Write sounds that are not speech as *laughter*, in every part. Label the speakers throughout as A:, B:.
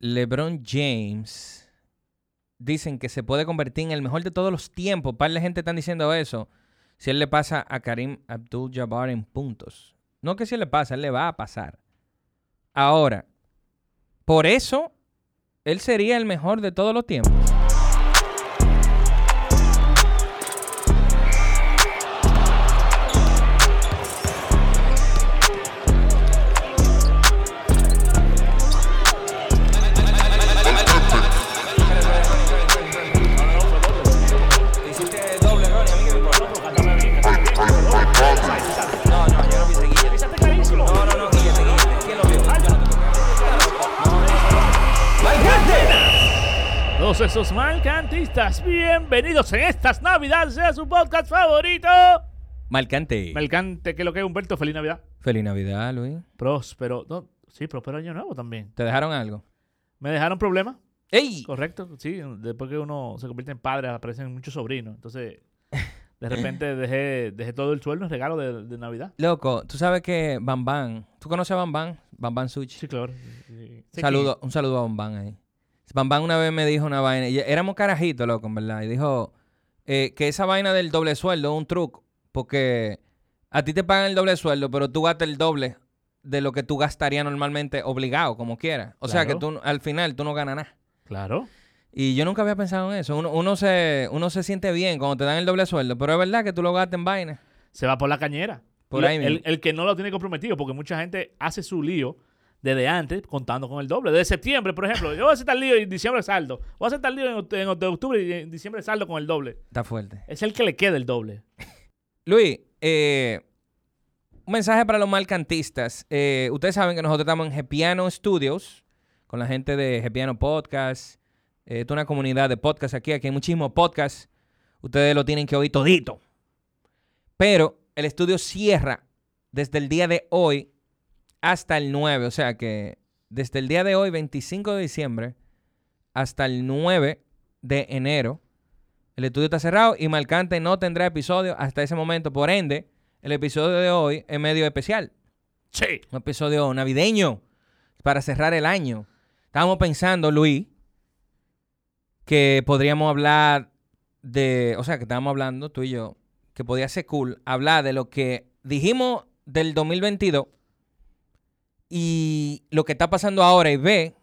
A: LeBron James dicen que se puede convertir en el mejor de todos los tiempos. Par de gente están diciendo eso. Si él le pasa a Karim Abdul Jabbar en puntos. No que si le pasa, él le va a pasar. Ahora, por eso, él sería el mejor de todos los tiempos.
B: Todos esos malcantistas, bienvenidos en estas Navidades a su podcast favorito.
A: Malcante.
B: Malcante, que lo que es Humberto, feliz Navidad.
A: Feliz Navidad, Luis.
B: Próspero, no, sí, próspero año nuevo también.
A: ¿Te dejaron algo?
B: Me dejaron problemas,
A: ¡Ey!
B: correcto, sí, después que uno se convierte en padre, aparecen muchos sobrinos. Entonces, de repente *laughs* dejé, dejé todo el sueldo en regalo de, de Navidad.
A: Loco, tú sabes que Bambán, ¿tú conoces a Bambán? Bambán Suchi.
B: Sí, claro. Sí, sí.
A: Saludo, un saludo a Bambán ahí. Bambán una vez me dijo una vaina, y éramos carajitos, loco, en verdad, y dijo eh, que esa vaina del doble sueldo es un truco, porque a ti te pagan el doble sueldo, pero tú gastas el doble de lo que tú gastarías normalmente obligado, como quieras. O sea, que
B: Claro.
A: tú al final tú no ganas nada.
B: Claro.
A: Y yo nunca había pensado en eso. Uno, uno se, uno se siente bien cuando te dan el doble sueldo, pero es verdad que tú lo gastas en vaina.
B: Se va por la cañera.
A: Por
B: Le-
A: ahí mismo.
B: el, el que no lo tiene comprometido, porque mucha gente hace su lío desde antes contando con el doble. Desde septiembre, por ejemplo, yo voy a hacer tal lío y en diciembre saldo. Voy a hacer tal lío en, oct- en oct- de octubre y en diciembre saldo con el doble.
A: Está fuerte.
B: Es el que le queda el doble.
A: Luis, eh, un mensaje para los malcantistas. Eh, ustedes saben que nosotros estamos en Gepiano Studios, con la gente de Gepiano Podcast. Eh, Esta es una comunidad de podcast aquí. Aquí hay muchísimos podcasts. Ustedes lo tienen que oír todito. Pero el estudio cierra desde el día de hoy hasta el 9. O sea que desde el día de hoy, 25 de diciembre, hasta el 9 de enero, el estudio está cerrado y Malcante no tendrá episodio hasta ese momento. Por ende, el episodio de hoy es medio especial.
B: Sí.
A: Un episodio navideño para cerrar el año. Estábamos pensando, Luis, que podríamos hablar de. O sea, que estábamos hablando tú y yo, que podía ser cool hablar de lo que dijimos del 2022 y lo que está pasando ahora y ve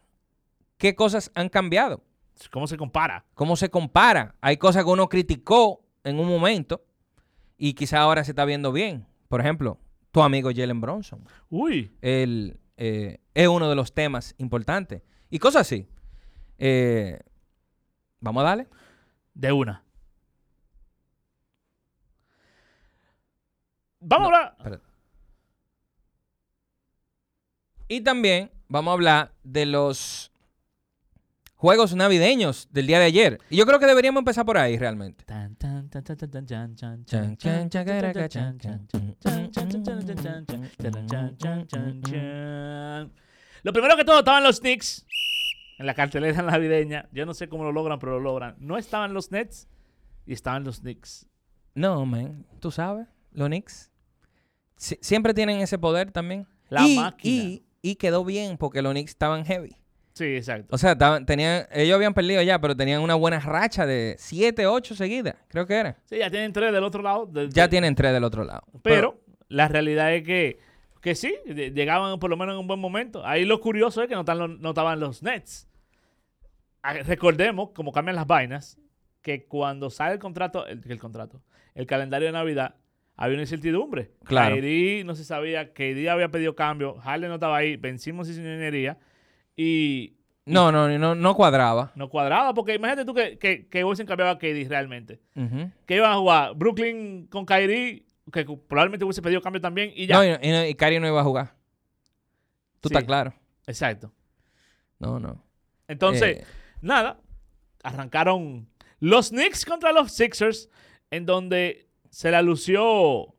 A: qué cosas han cambiado
B: ¿Cómo se compara?
A: cómo se compara. Hay cosas que uno criticó en un momento y quizá ahora se está viendo bien. Por ejemplo, tu amigo Jalen Bronson.
B: Uy.
A: Él eh, es uno de los temas importantes. Y cosas así. Eh, Vamos a darle.
B: De una. Vamos a hablar.
A: Espérate. Y también vamos a hablar de los juegos navideños del día de ayer. Y yo creo que deberíamos empezar por ahí realmente.
B: Tan, tan, tan, tan, tan, tan, chan, chan,
A: Chan,
B: chan,
A: chan,
B: chan,
A: chacara, chan,
B: chan, chan,
A: chan, chan,
B: chan, Chan, chan,
A: chan,
B: chan, chan, chan, chan, chan, chan, chan, chan,
A: chan.
B: chan, chan. Lo primero que todo estaban los Knicks en la cartelera navideña. Yo no sé cómo lo logran, pero lo logran. No estaban los Nets y estaban los Knicks.
A: No, man. Tú sabes, los Knicks. Sie- siempre tienen ese poder también.
B: La
A: y,
B: máquina.
A: Y, y quedó bien porque los Knicks estaban heavy.
B: Sí, exacto.
A: O sea, estaban- tenían, ellos habían perdido ya, pero tenían una buena racha de 7, 8 seguidas. Creo que era.
B: Sí, ya tienen tres del otro lado. de-
A: Ya
B: de-
A: tienen tres del otro lado.
B: Pero la realidad es que, que sí, de- llegaban por lo menos en un buen momento. Ahí lo curioso es que no, están los- no estaban los Nets. Ah, Recordemos, como cambian las vainas, que cuando sale el contrato, el, el contrato, el calendario de Navidad, había una incertidumbre.
A: Claro.
B: KD no se sabía, KD había pedido cambio, Harden no estaba ahí, vencimos ingeniería y
A: No, no, no, no cuadraba.
B: no cuadraba, porque imagínate tú que, que, que Wilson cambiaba a KD realmente.
A: Ujú.
B: Que iban a jugar Brooklyn con Kyrie, que probablemente hubiese pedido cambio también y ya.
A: No, y, y no- y Kyrie no iba a jugar. Tú
B: Sí.
A: estás claro.
B: Exacto.
A: No, no.
B: Entonces,
A: Eh,
B: nada, arrancaron los Knicks contra los Sixers, en donde se la lució,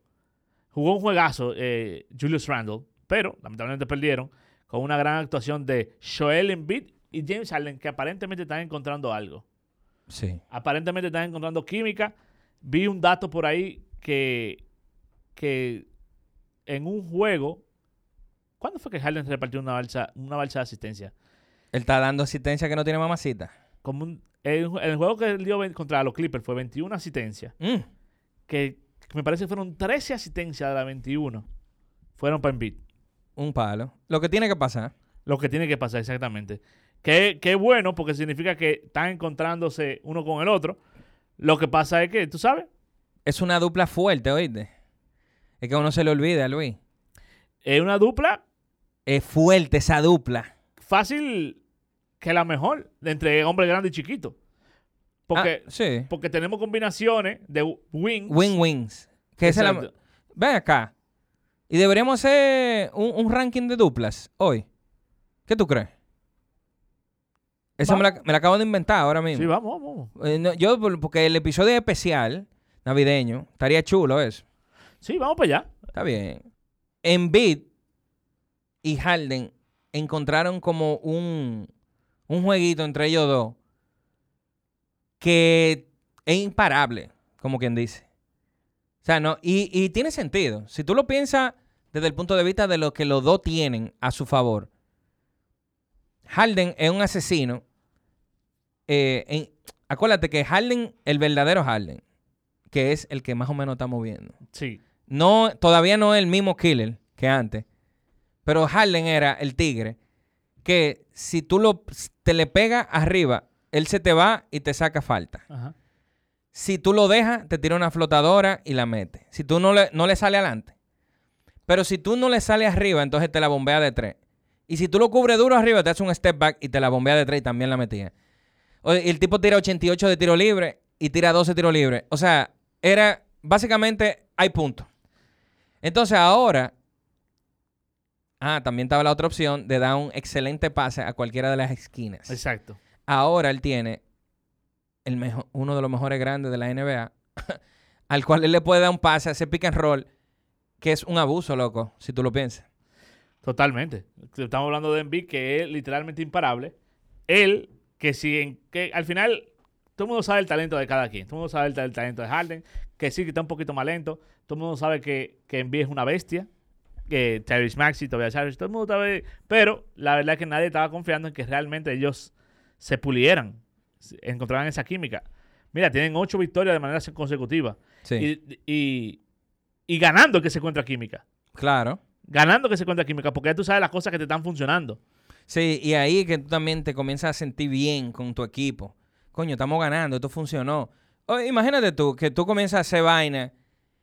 B: jugó un juegazo eh, Julius Randle, pero lamentablemente perdieron con una gran actuación de Joel Embiid y James Allen, que aparentemente están encontrando algo.
A: sí.
B: Aparentemente están encontrando química. Vi un dato por ahí que, que en un juego, ¿cuándo fue que Harden repartió una balsa, una balsa de asistencia?
A: Él está dando asistencia que no tiene mamacita.
B: Como un- el, el juego que él dio ve- contra los Clippers fue 21 asistencias,
A: Mm.
B: que me parece que fueron 13 asistencias de las 21. Fueron para Embiid.
A: Un palo. Lo que tiene que pasar.
B: Lo que tiene que pasar exactamente. Que, que bueno, porque significa que están encontrándose uno con el otro. Lo que pasa es que, tú sabes,
A: Es una dupla fuerte, oíste. Es que a uno se le olvida, Luis.
B: es una dupla
A: Es fuerte esa dupla.
B: fácil que la mejor de entre hombre grande y chiquito. Porque,
A: Ah, sí.
B: porque tenemos combinaciones de wings.
A: Win-wins. Que esa es la-
B: Exacto.
A: Ven acá. Y deberíamos hacer un, un ranking de duplas hoy. ¿Qué tú crees? Esa me la, me la acabo de inventar ahora mismo.
B: Sí, vamos, vamos.
A: Eh, no, yo, por- porque el episodio es especial navideño, estaría chulo eso.
B: Sí, vamos para allá.
A: Está bien. Embiid y Harden encontraron como un, un jueguito entre ellos dos que es imparable, como quien dice. O sea, no, y, y tiene sentido. Si tú lo piensas desde el punto de vista de lo que los dos tienen a su favor. Harden es un asesino. Eh, en- acuérdate que Harden, el verdadero Harden, que es el que más o menos estamos viendo
B: Sí.
A: no, todavía no es el mismo killer que antes. Pero Harden era el tigre que si tú lo, te le pegas arriba, él se te va y te saca falta.
B: Ajá.
A: Si tú lo dejas, te tira una flotadora y la mete. Si tú no le, no le sale adelante. Pero si tú no le sales arriba, entonces te la bombea de tres. Y si tú lo cubres duro arriba, te hace un step back y te la bombea de tres y también la metía. O- y el tipo tira 88 de tiro libre y tira 12 tiro libre. O sea, era básicamente hay puntos. Entonces ahora. Ah, también estaba la otra opción de dar un excelente pase a cualquiera de las esquinas.
B: Exacto.
A: Ahora él tiene el mejo- uno de los mejores grandes de la NBA, *laughs* al cual él le puede dar un pase, hacer pick and roll, que es un abuso, loco, si tú lo piensas.
B: Totalmente. Estamos hablando de Embiid, que es literalmente imparable. Él, que si en, que al final, todo el mundo sabe el talento de cada quien. Todo el mundo sabe el, ta- el talento de Harden, que sí que está un poquito más lento. Todo el mundo sabe que, que Embiid es una bestia. Que Tyrese Maxi, todavía Harris, todo el mundo sabe. Pero la verdad es que nadie estaba confiando en que realmente ellos se pulieran, se- encontraran esa química. Mira, tienen ocho victorias de manera consecutiva.
A: Sí,
B: Y, y, y ganando que se encuentra química
A: claro.
B: ganando que se cuenta química, porque ya tú sabes las cosas que te están funcionando.
A: Sí, y ahí que tú también te comienzas a sentir bien con tu equipo. Coño, estamos ganando, esto funcionó. O, imagínate tú, que tú comienzas a hacer vaina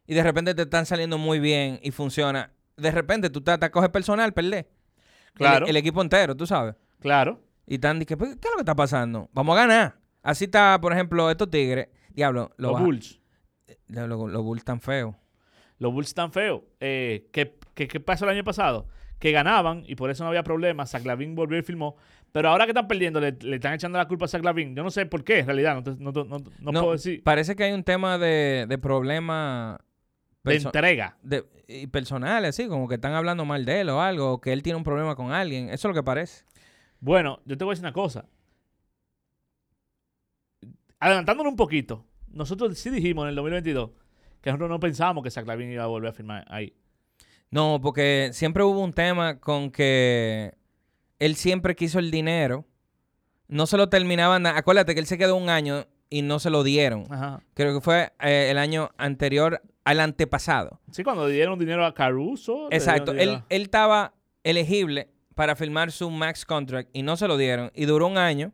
A: y de repente te están saliendo muy bien y funciona. De repente tú te, te coges personal, perdés. El-
B: Claro.
A: El, equipo entero, tú sabes.
B: Claro.
A: Y están diciendo, ¿qué es lo que está pasando? Vamos a ganar. Así está, por ejemplo, estos tigres. Diablo, lo
B: Los
A: baja-
B: Bulls.
A: Diablo, Los los Bulls tan feos.
B: Los Bulls están feos. Eh, ¿qué, qué, qué pasó el año pasado? Que ganaban y por eso no había problema. Saclavín volvió y filmó. Pero ahora que están perdiendo, le, le están echando la culpa a Saclavín. Yo no sé por qué, en realidad. No, te- no, no- no- no
A: No,
B: puedo decir.
A: Parece que hay un tema de, de problema
B: De
A: perso-
B: entrega.
A: de- y personal, así, como que están hablando mal de él o algo, o que él tiene un problema con alguien. Eso es lo que parece.
B: Bueno, yo te voy a decir una cosa. Adelantándonos un poquito, nosotros sí dijimos en el 2022 que nosotros no pensábamos que Saclavín iba a volver a firmar ahí.
A: No, porque siempre hubo un tema con que él siempre quiso el dinero. No se lo terminaban. a- Acuérdate que él se quedó un año y no se lo dieron.
B: Ajá.
A: Creo que fue eh, el año anterior al antepasado.
B: Sí, cuando le dieron dinero a Caruso. le
A: Exacto.
B: dieron
A: Él,
B: dinero
A: él estaba elegible para firmar su max contract y no se lo dieron. Y duró un año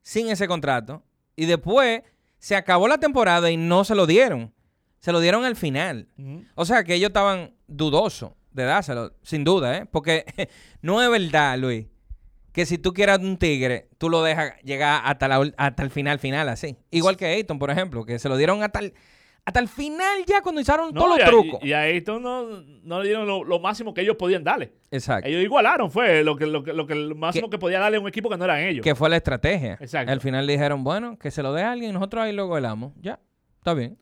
A: sin ese contrato. Y después se acabó la temporada y no se lo dieron. Se lo dieron al final.
B: a- Ujú.
A: O sea que ellos estaban dudosos de dárselo, sin duda, ¿eh? Porque *laughs* no es verdad, Luis, que si tú quieras un tigre, tú lo dejas llegar hasta, la ul- hasta el final, final, así. Igual que Ayton, por ejemplo, que se lo dieron hasta el, hasta el final ya cuando usaron
B: No,
A: todos
B: y
A: los
B: a-
A: trucos.
B: Y, a esto no, no le dieron lo, lo máximo que ellos podían darle.
A: Exacto.
B: Ellos igualaron, fue lo que lo, que, lo, que, lo máximo
A: Que-
B: que podía darle a un equipo que no eran ellos.
A: Que fue la estrategia.
B: Exacto.
A: Al final dijeron, bueno, que se lo dé a alguien, nosotros ahí luego helamos. Ya, está bien.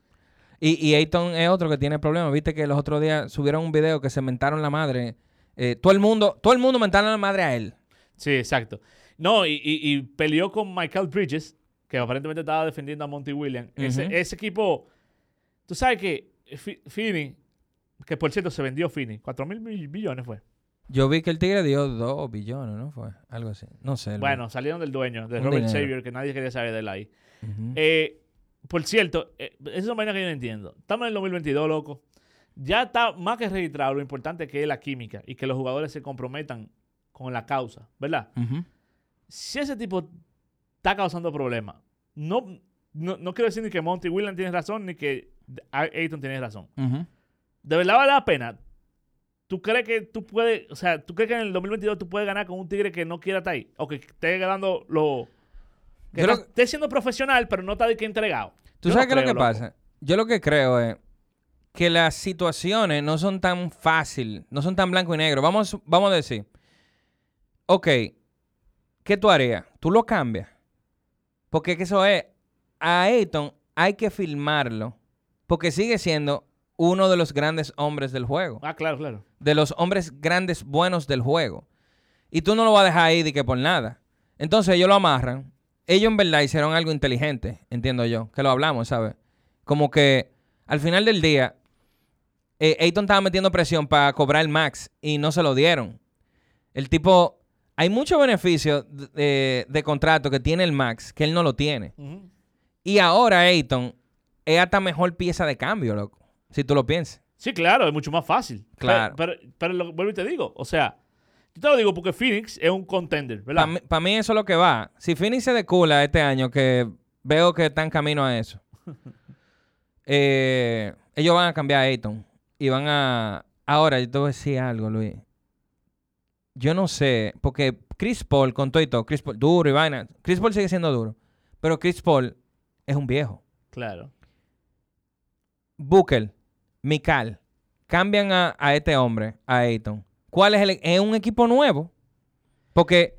A: Y, y Ayton es otro que tiene problemas. Viste que los otros días subieron un video que se mentaron la madre. Eh, todo el mundo, todo el mundo mentaron la madre a él.
B: Sí, exacto. No, y, y- y peleó con Michael Bridges, que aparentemente estaba defendiendo a Monty Williams. ese,
A: Ujú.
B: ese equipo, tú sabes que Fi- Finney, que por cierto se vendió Finney, 4 mil millones fue.
A: Yo vi que el Tigre dio dos billones, ¿no? Fue algo así. No sé. Luis.
B: Bueno, salieron del dueño, de
A: Un
B: Robert
A: dinero.
B: Xavier, que nadie quería saber de él ahí.
A: Ujú.
B: Eh, por cierto, eh, esa es una vaina que yo no entiendo. Estamos en el 2022, loco. Ya está más que registrado lo importante que es la química y que los jugadores se comprometan con la causa, ¿verdad?
A: Ujú.
B: Si ese tipo está causando problemas, no, no, no quiero decir ni que Monty Williams tiene razón ni que A- Ayton tiene razón.
A: Ujú.
B: ¿De verdad vale la pena? ¿Tú crees que tú puedes, o sea, tú crees que en el 2022 tú puedes ganar con un tigre que no quiera estar ahí? O que esté ganando lo... Que
A: Yo lo-
B: está- esté siendo profesional, pero no está de que entregado.
A: ¿Tú
B: Yo
A: sabes
B: no
A: qué es lo
B: creo,
A: que
B: loco.
A: pasa? Yo lo que creo es que las situaciones no son tan fácil, no son tan blanco y negro. Vamos, vamos a decir, ok, ¿qué tú harías? ¿Tú lo cambias? Porque es que eso es, a Ayton hay que filmarlo, porque sigue siendo uno de los grandes hombres del juego,
B: Ah, claro, claro.
A: de los hombres grandes buenos del juego. Y tú no lo vas a dejar ahí de que por nada. Entonces ellos lo amarran. Ellos en verdad hicieron algo inteligente, entiendo yo, que lo hablamos, ¿sabes? Como que al final del día, eh, Ayton estaba metiendo presión para cobrar el max y no se lo dieron. El tipo, hay muchos beneficios de- de- de contrato que tiene el max que él no lo tiene.
B: Ujú.
A: Y ahora Ayton es hasta mejor pieza de cambio, loco, si tú lo piensas.
B: Sí, claro, es mucho más fácil. Pero-
A: Claro.
B: Pero, pero, lo, vuelvo y te digo, o sea, yo te lo digo porque Phoenix es un contender, ¿verdad?
A: Para mí, pa' mí eso es lo que va. Si Phoenix se decula este año, que veo que están camino a eso, eh, ellos van a cambiar a Ayton. Y van a... Ahora, yo te voy a decir algo, Luis. Yo no sé, porque Chris Paul, con todo y todo, Chris Paul, duro y vaina. Chris Paul sigue siendo duro. Pero Chris Paul es un viejo.
B: Claro.
A: Booker, Mikal, cambian a, a este hombre, a Ayton. ¿Cuál es el... e- Es un equipo nuevo. Porque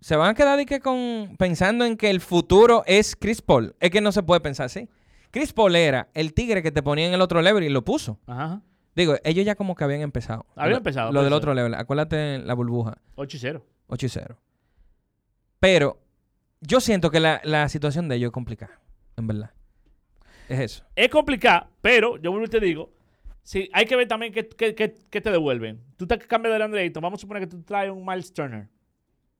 A: se van a quedar de que con, pensando en que el futuro es Chris Paul. Es que no se puede pensar así. Chris Paul era el tigre que te ponía en el otro level y lo puso.
B: Ajá.
A: Digo, ellos ya como que habían empezado.
B: Habían
A: Lo-
B: empezado,
A: Lo
B: puede
A: del
B: ser.
A: otro level. Acuérdate la burbuja.
B: 8 y 0.
A: 8 y 0. Pero yo siento que la, la situación de ellos es complicada. En verdad. Es eso.
B: Es complicado, pero yo vuelvo y te digo, sí, hay que ver también qué, qué- qué- qué te devuelven. Tú te cambias de Andre Ayton, vamos a suponer que tú traes un Miles Turner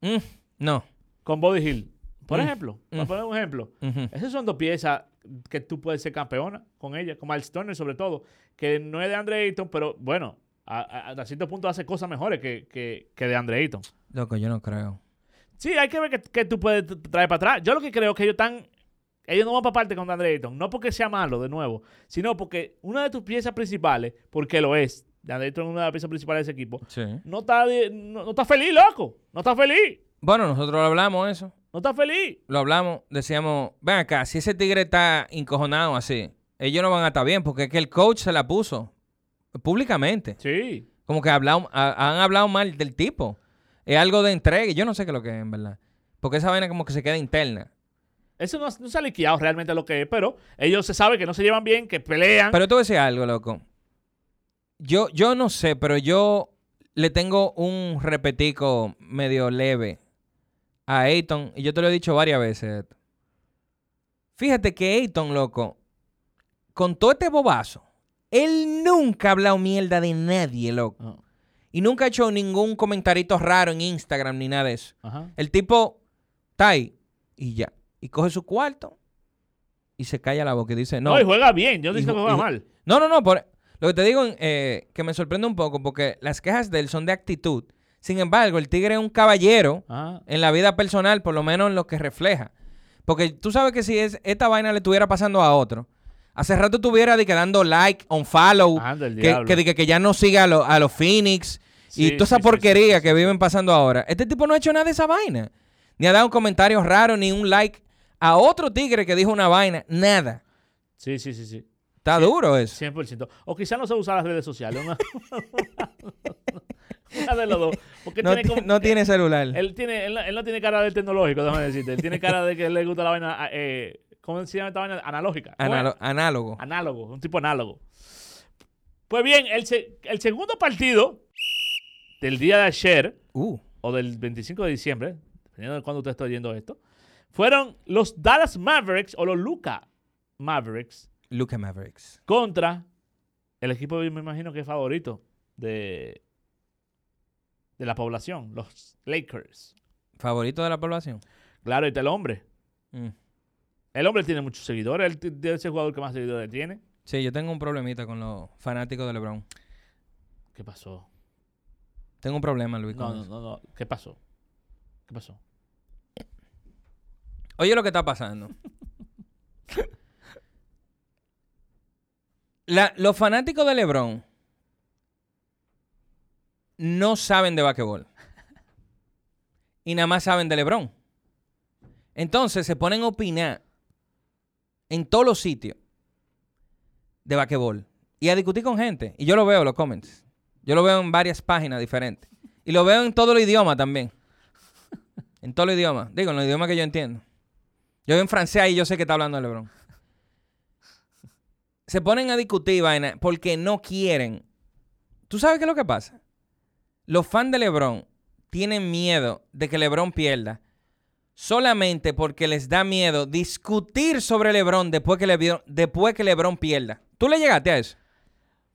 A: Mm, no.
B: con Body Hill, por
A: Mm.
B: ejemplo, para
A: Mm.
B: poner un ejemplo.
A: Ujú.
B: Esas son dos piezas que tú puedes ser campeona con ella, con Miles Turner sobre todo, que no es de Andre Ayton, pero bueno, a, a- hasta cierto punto hace cosas mejores que, que, que de Andre Ayton.
A: Loco, yo no creo.
B: Sí, hay que ver qué, qué tú puedes t- traer para atrás. Yo lo que creo es que ellos están. Ellos no van para parte con Andre Ayton. No porque sea malo, de nuevo, sino porque una de tus piezas principales, porque lo es, Andre Ayton es una de las piezas principales de ese equipo,
A: Sí.
B: no está, de- no, no está feliz, loco. No está feliz.
A: Bueno, nosotros lo hablamos eso.
B: No está feliz.
A: Lo hablamos, decíamos, ven acá, si ese tigre está encojonado así, ellos no van a estar bien porque es que el coach se la puso públicamente.
B: Sí.
A: Como que hablado- ha- han hablado mal del tipo. Es algo de entrega. y Yo no sé qué es lo que es, en verdad. Porque esa vaina como que se queda interna.
B: Eso no, no se ha liquidado realmente lo que es, pero ellos se sabe que no se llevan bien, que pelean.
A: Pero te voy a decir algo, loco. Yo, yo no sé, pero yo le tengo un repetico medio leve a Ayton. Y yo te lo he dicho varias veces. esto. Fíjate que Ayton, loco, con todo este bobazo, él nunca ha hablado mierda de nadie, loco.
B: No.
A: Y nunca ha hecho ningún comentarito raro en Instagram ni nada de eso.
B: Ajá.
A: El tipo está ahí y ya. Y coge su cuarto y se calla la boca y dice,
B: No,
A: no,
B: y juega bien. Yo no
A: Y
B: digo que
A: ju-
B: juega
A: y ju-
B: mal.
A: no, no, no. por- Lo que te digo eh, que me sorprende un poco porque las quejas de él son de actitud. Sin embargo, el tigre es un caballero
B: Ajá.
A: en la vida personal, por lo menos en lo que refleja. Porque tú sabes que si es, esta vaina le estuviera pasando a otro, hace rato estuviera de que dando like, on follow,
B: Anda el
A: que,
B: Ah, diablo.
A: que, de que- que ya no siga a, lo- a los Phoenix y
B: Sí,
A: toda esa
B: sí, sí,
A: porquería
B: sí, sí,
A: que
B: sí.
A: viven pasando ahora. Este tipo no ha hecho nada de esa vaina. Ni ha dado un comentario raro, ni un like a otro tigre que dijo una vaina. Nada.
B: Sí, sí, sí, sí.
A: Está duro eso.
B: 100%. O quizás no se usa las redes sociales. Una, *laughs* una de los dos. Porque
A: No,
B: tiene
A: ti-
B: como-
A: no tiene celular.
B: Él, tiene, él, él no tiene cara de tecnológico, déjame decirte. Él tiene cara de que le gusta la vaina. Eh, ¿Cómo se llama esta vaina? Analógica. ¿Cómo es?
A: Analo- análogo.
B: Análogo, un tipo análogo. Pues bien, el, se- el segundo partido del día de ayer,
A: Uh,
B: o del 25 de diciembre, dependiendo de cuándo usted está oyendo esto, fueron los Dallas Mavericks o los Luca Mavericks
A: Luke Mavericks.
B: contra el equipo, me imagino que es favorito de de la población, los Lakers.
A: Favorito de la población.
B: Claro, y está el hombre.
A: Mm.
B: El hombre tiene muchos seguidores, él t- debe ser el jugador que más seguidores tiene.
A: Sí, yo tengo un problemita con los fanáticos de LeBron.
B: ¿Qué pasó?
A: Tengo un problema, Luis.
B: No,
A: con
B: no,
A: eso.
B: no, no. ¿Qué pasó? ¿Qué pasó?
A: Oye lo que está pasando. La- los fanáticos de LeBron no saben de basquetbol. Y nada más saben de LeBron. Entonces se ponen a opinar en todos los sitios de basquetbol y a discutir con gente. Y yo lo veo en los comments. Yo lo veo en varias páginas diferentes. Y lo veo en todos los idiomas también. En todos los idiomas. Digo, en los idiomas que yo entiendo. Yo veo en francés ahí yo sé que está hablando LeBron. Se ponen a discutir, vaina, porque no quieren. ¿Tú sabes qué es lo que pasa? Los fans de LeBron tienen miedo de que LeBron pierda solamente porque les da miedo discutir sobre LeBron después que, LeBron, después que LeBron pierda. ¿Tú le llegaste a eso?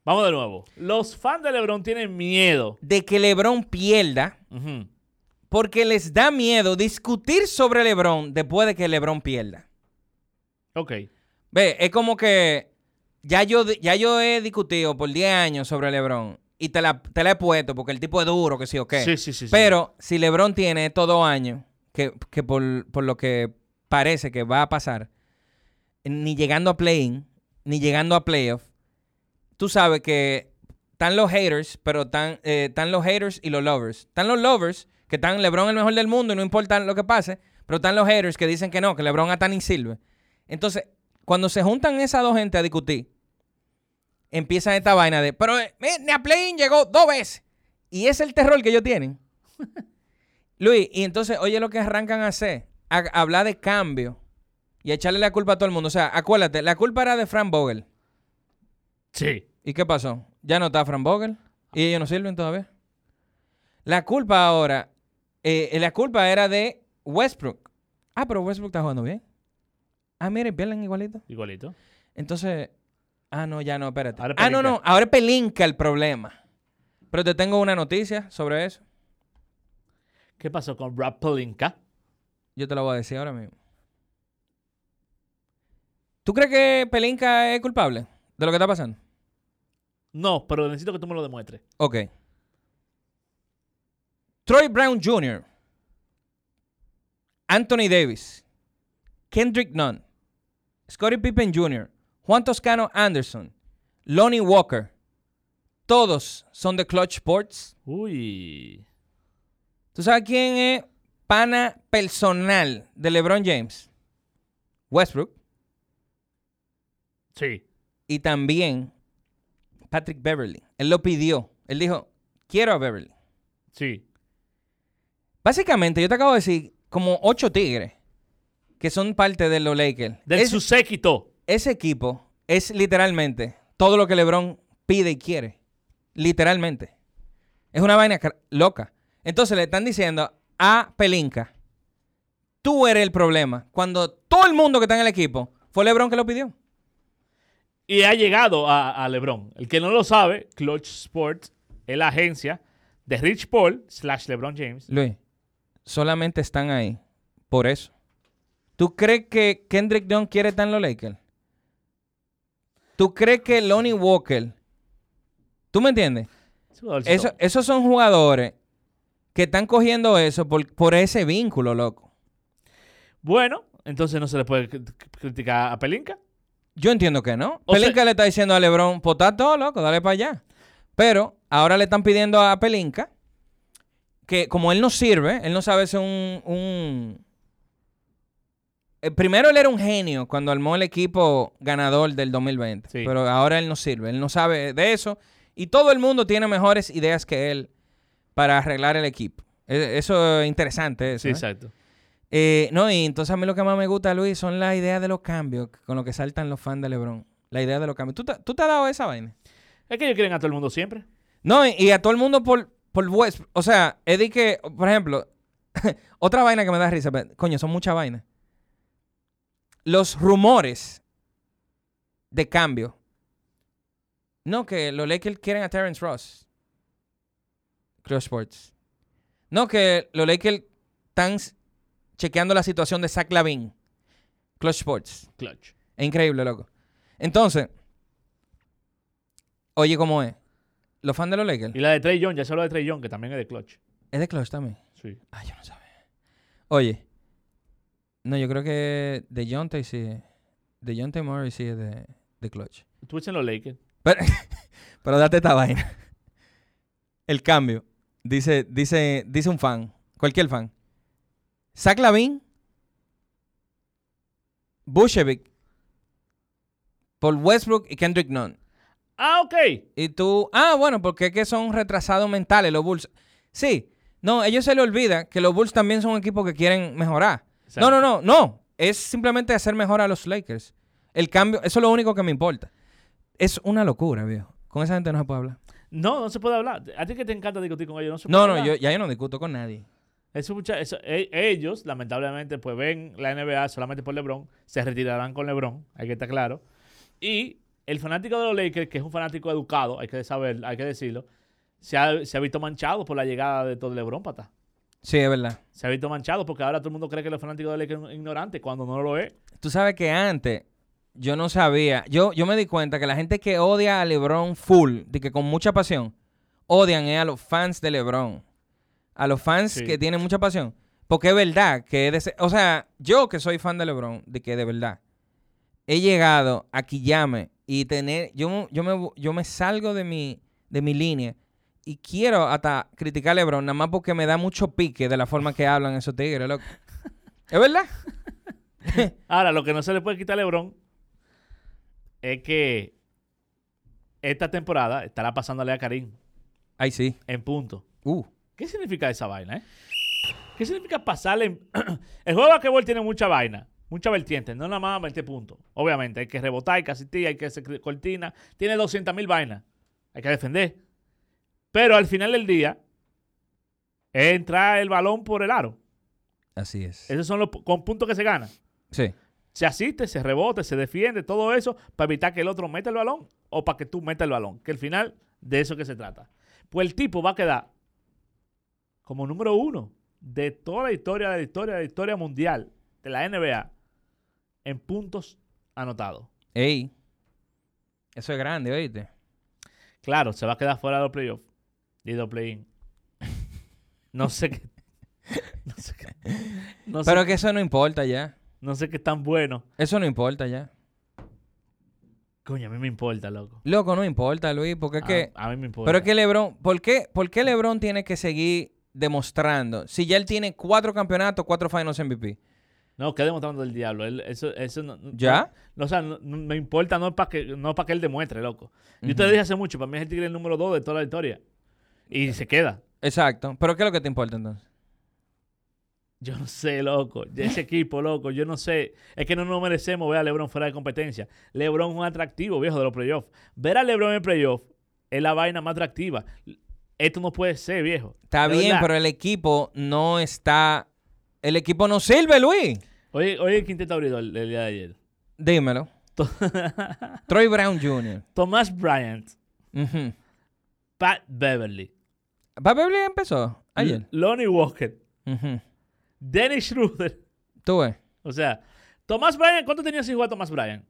B: Vamos de nuevo. Los fans de LeBron tienen miedo.
A: De que LeBron pierda
B: Ujú.
A: porque les da miedo discutir sobre LeBron después de que LeBron pierda.
B: Ok.
A: Ve, es como que ya yo, di- ya yo he discutido por 10 años sobre LeBron y te la, te la he puesto porque el tipo es duro, que sí o qué.
B: Sí, sí, sí. sí.
A: Pero si LeBron tiene estos dos años, que, que por, por lo que parece que va a pasar, ni llegando a play-in, ni llegando a playoff, tú sabes que están los haters, pero están, eh, están los haters y los lovers. Están los lovers, que están LeBron el mejor del mundo y no importa lo que pase, pero están los haters que dicen que no, que LeBron hasta ni sirve. Entonces, cuando se juntan esas dos gente a discutir, empiezan esta vaina de, pero eh, mira, ni a play-in llegó dos veces. Y es el terror que ellos tienen. Luis, y entonces, oye lo que arrancan a hacer. A, a hablar de cambio. Y a echarle la culpa a todo el mundo. O sea, acuérdate, la culpa era de Frank Vogel.
B: Sí.
A: ¿Y qué pasó? Ya no está Frank Vogel. Y ellos no sirven todavía. La culpa ahora. eh, la culpa era de Westbrook. Ah, pero Westbrook está jugando bien. Ah, miren, pierden igualito.
B: Igualito.
A: Entonces. Ah, no, ya no, espérate.
B: Ahora es
A: ah, no, no.
B: Pelinka.
A: Ahora es Pelinka el problema. Pero te tengo una noticia sobre eso.
B: ¿Qué pasó con Rob Pelinka?
A: Yo te lo voy a decir ahora mismo. ¿Tú crees que Pelinka es culpable de lo que está pasando?
B: No, pero necesito que tú me lo demuestres.
A: Ok. Troy Brown Jr., Anthony Davis, Kendrick Nunn, Scottie Pippen Jr., Juan Toscano Anderson, Lonnie Walker, todos son de Clutch Sports.
B: Uy.
A: ¿Tú sabes quién es pana personal de LeBron James? Westbrook.
B: Sí.
A: y también Patrick Beverly. Él lo pidió. Él dijo, quiero a Beverly.
B: Sí.
A: Básicamente, yo te acabo de decir como ocho tigres que son parte de los Lakers.
B: Del
A: Es-
B: su séquito.
A: ese equipo es literalmente todo lo que LeBron pide y quiere. Literalmente. Es una vaina cr- loca. Entonces le están diciendo a Pelinka, tú eres el problema. Cuando todo el mundo que está en el equipo fue LeBron que lo pidió.
B: Y ha llegado a, a LeBron. El que no lo sabe, Clutch Sports es la agencia de Rich Paul slash LeBron James.
A: Luis, solamente están ahí por eso. ¿Tú crees que Kendrick Dunn quiere estar en los Lakers? ¿Tú crees que Lonnie Walker? ¿Tú me entiendes?
B: Ese jugadorcito.
A: Eso- esos son jugadores que están cogiendo eso por, por ese vínculo, loco.
B: Bueno, entonces no se le puede cri- criticar a Pelinka.
A: Yo entiendo que no.
B: O sea-
A: Pelinka le está diciendo a LeBron, potá todo, loco, dale para allá. Pero ahora le están pidiendo a Pelinka que como él no sirve, él no sabe ser un... un- Eh, primero él era un genio cuando armó el equipo ganador del 2020,
B: Sí.
A: pero ahora él no sirve, él no sabe de eso y todo el mundo tiene mejores ideas que él para arreglar el equipo. Eh, Eso es interesante. Eso,
B: Sí,
A: ¿eh?
B: exacto.
A: Eh, no, y entonces a mí lo que más me gusta, Luis, son las ideas de los cambios con lo que saltan los fans de LeBron. La idea de los cambios. ¿Tú, te- tú te has dado esa vaina?
B: Es que ellos quieren a todo el mundo siempre.
A: No, y, y a todo el mundo por, por Westbrook. O sea, es de que, por ejemplo, *laughs* otra vaina que me da risa, pero, coño, son muchas vainas. Los rumores de cambio. No, que los Lakers quieren a Terrence Ross. Clutch Sports. No, que los Lakers están s- chequeando la situación de Zach Lavin. Clutch Sports.
B: Clutch.
A: Es increíble, loco. Entonces, oye, ¿cómo es? Los fans de los Lakers.
B: Y la de Trey Young, ya se habló de Trey Young, que también es de Clutch.
A: Es de Clutch también.
B: Sí.
A: Ah, yo no sabía. Oye. No, yo creo que de Jonte sí. De Jonte Murray sí es de, de Clutch.
B: Tú en los Lakers.
A: Pero, pero date esta vaina. *laughs* El cambio. Dice, dice, dice un fan. Cualquier fan. Zach Lavin. Bushevic. Paul Westbrook y Kendrick Nunn.
B: Ah, ok.
A: Y tú, ah, bueno, porque es que son retrasados mentales los Bulls. Sí, no, ellos se le olvida que los Bulls también son un equipo que quieren mejorar. No, no, no, no. Es simplemente hacer mejor a los Lakers. El cambio, eso es lo único que me importa. Es una locura, viejo. Con esa gente no se puede hablar.
B: No, no se puede hablar. A ti que te encanta discutir con ellos, no se
A: No,
B: puede
A: no,
B: hablar.
A: yo, ya yo no discuto con nadie.
B: Esos mucha- eso- e- ellos, lamentablemente, pues ven la NBA solamente por LeBron, se retirarán con LeBron, hay que estar claro. Y el fanático de los Lakers, que es un fanático educado, hay que saber, hay que decirlo, se ha, se ha visto manchado por la llegada de todo LeBron para atrás.
A: Sí, es verdad.
B: Se ha visto manchado porque ahora todo el mundo cree que los fanáticos de los Lakers son ignorantes cuando no lo es.
A: Tú sabes que antes yo no sabía. Yo, yo me di cuenta que la gente que odia a LeBron full, de que con mucha pasión, odian es a los fans de LeBron. A los fans
B: Sí.
A: que tienen mucha pasión. Porque es verdad que... es de ese- o sea, yo que soy fan de LeBron, de que de verdad, he llegado a Quillame y tener... Yo, yo, me, bu- yo me salgo de mi, de mi línea y quiero hasta criticar a LeBron, nada más porque me da mucho pique de la forma que hablan esos tigres, loco. ¿Es verdad?
B: Ahora, lo que no se le puede quitar a LeBron es que esta temporada estará pasándole a Karim
A: Ay, sí.
B: en punto.
A: Uh.
B: ¿Qué significa esa vaina, eh? ¿Qué significa pasarle? en- *clears throat* El juego de basquetbol tiene mucha vaina, mucha vertiente, no nada más 20 puntos. Obviamente, hay que rebotar, hay que asistir, hay que hacer cri- cortina. Tiene 200.000 vainas. Hay que defender. Pero al final del día, entra el balón por el aro.
A: Así es.
B: Esos son los pu- con puntos que se gana.
A: Sí.
B: Se asiste, se rebote, se defiende, todo eso para evitar que el otro meta el balón o para que tú metas el balón. Que al final, de eso que se trata. Pues el tipo va a quedar como número uno de toda la historia, de la historia, de la historia mundial de la NBA en puntos anotados.
A: Ey. Eso es grande, oíste.
B: Claro, se va a quedar fuera de los playoffs y de los play-in. *laughs* No sé qué. *laughs* No sé qué. No sé,
A: Pero que eso no importa ya.
B: no sé qué tan bueno.
A: Eso no importa ya.
B: Coño, a mí me importa, loco.
A: Loco, no importa, Luis, porque es
B: A-
A: que...
B: a, mí me importa.
A: Pero es que LeBron... ¿por qué, ¿Por qué LeBron tiene que seguir demostrando? Si ya él tiene cuatro campeonatos, cuatro finals MVP.
B: No, que demostrando el diablo. Él- eso, eso no, no-
A: ¿Ya?
B: no, o sea, no- no me importa, no es para que, no para que él demuestre, loco. Yo te
A: Ujú.
B: dije hace mucho, para mí es el tigre el número 2 de toda la historia. Y se queda.
A: Exacto. ¿Pero qué es lo que te importa entonces?
B: Yo no sé, loco.
A: *laughs*
B: De Ese equipo, loco, yo no sé. Es que no nos merecemos ver a LeBron fuera de competencia. LeBron es un atractivo, viejo, de los playoffs. Ver a LeBron en playoff es la vaina más atractiva. Esto no puede ser, viejo.
A: Está
B: De
A: bien,
B: verdad.
A: pero el equipo no está... El equipo no sirve, Luis.
B: Oye, oye el quinteto abridor del día de ayer.
A: Dímelo.
B: To-
A: Troy Brown Jr.
B: Thomas Bryant,
A: Ujú.
B: Pat Beverly,
A: Papi Blue empezó ayer.
B: Lonnie Walker,
A: Ujú.
B: Dennis Schroeder.
A: Tú ves.
B: O sea, Tomás Bryan, ¿cuánto tenía sin jugar Tomás Bryan?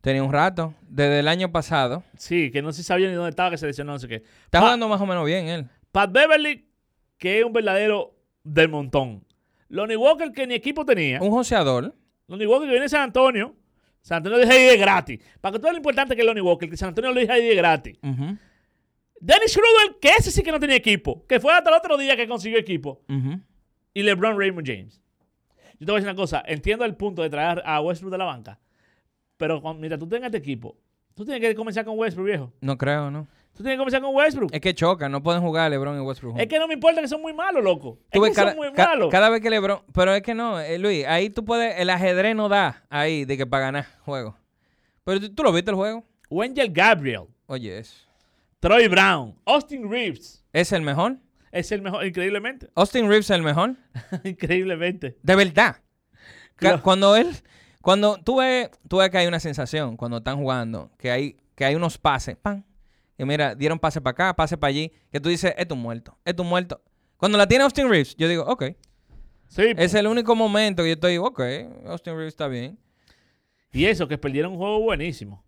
A: Tenía un rato, desde el año pasado.
B: Sí, que no se sabía ni dónde estaba, que se lesionó, no sé qué.
A: Está
B: Pa-
A: jugando más o menos bien él.
B: Pat Beverly, que es un verdadero del montón. Lonnie Walker, que ni equipo tenía.
A: Un joseador.
B: Lonnie Walker que viene de San Antonio. San Antonio lo deja ir de gratis. Para que todo lo importante que es Lonnie Walker, que San Antonio lo deja ir de gratis.
A: Ujú,
B: Dennis Schroeder, que ese sí que no tenía equipo. Que fue hasta el otro día que consiguió equipo.
A: ujú.
B: Y LeBron Raymond James. Yo te voy a decir una cosa. Entiendo el punto de traer a Westbrook de la banca. Pero cuando- mientras tú tengas este equipo, tú tienes que comenzar con Westbrook, viejo.
A: No creo, ¿no?
B: Tú tienes que comenzar con Westbrook.
A: Es que chocan, no pueden jugar LeBron y Westbrook.
B: Es
A: juntos.
B: que no me importa que son muy malos, loco. Es
A: Tú
B: que
A: ves cada,
B: son muy
A: ca-
B: malos.
A: cada vez que LeBron. Pero es que no, eh, Luis, ahí tú puedes. El ajedrez no da ahí de que para ganar juego. Pero tú, tú lo viste el juego.
B: Wendell Gabriel,
A: Oye, es.
B: Troy Brown, Austin Reeves.
A: ¿Es el mejor?
B: Es el mejor, increíblemente. *laughs*
A: ¿Austin Reeves es el mejor?
B: increíblemente.
A: De verdad. Ca-
B: Claro.
A: Cuando él. Cuando tú ves, tú ves que hay una sensación cuando están jugando, que hay, que hay unos pases, ¡pam! Y mira, dieron pase para acá, pase para allí, que tú dices, esto es un muerto, esto es un muerto. Cuando la tiene Austin Reeves, yo digo, ok.
B: Sí,
A: Es el único momento que yo estoy, ok, Austin Reeves está bien.
B: y eso, que perdieron un juego buenísimo.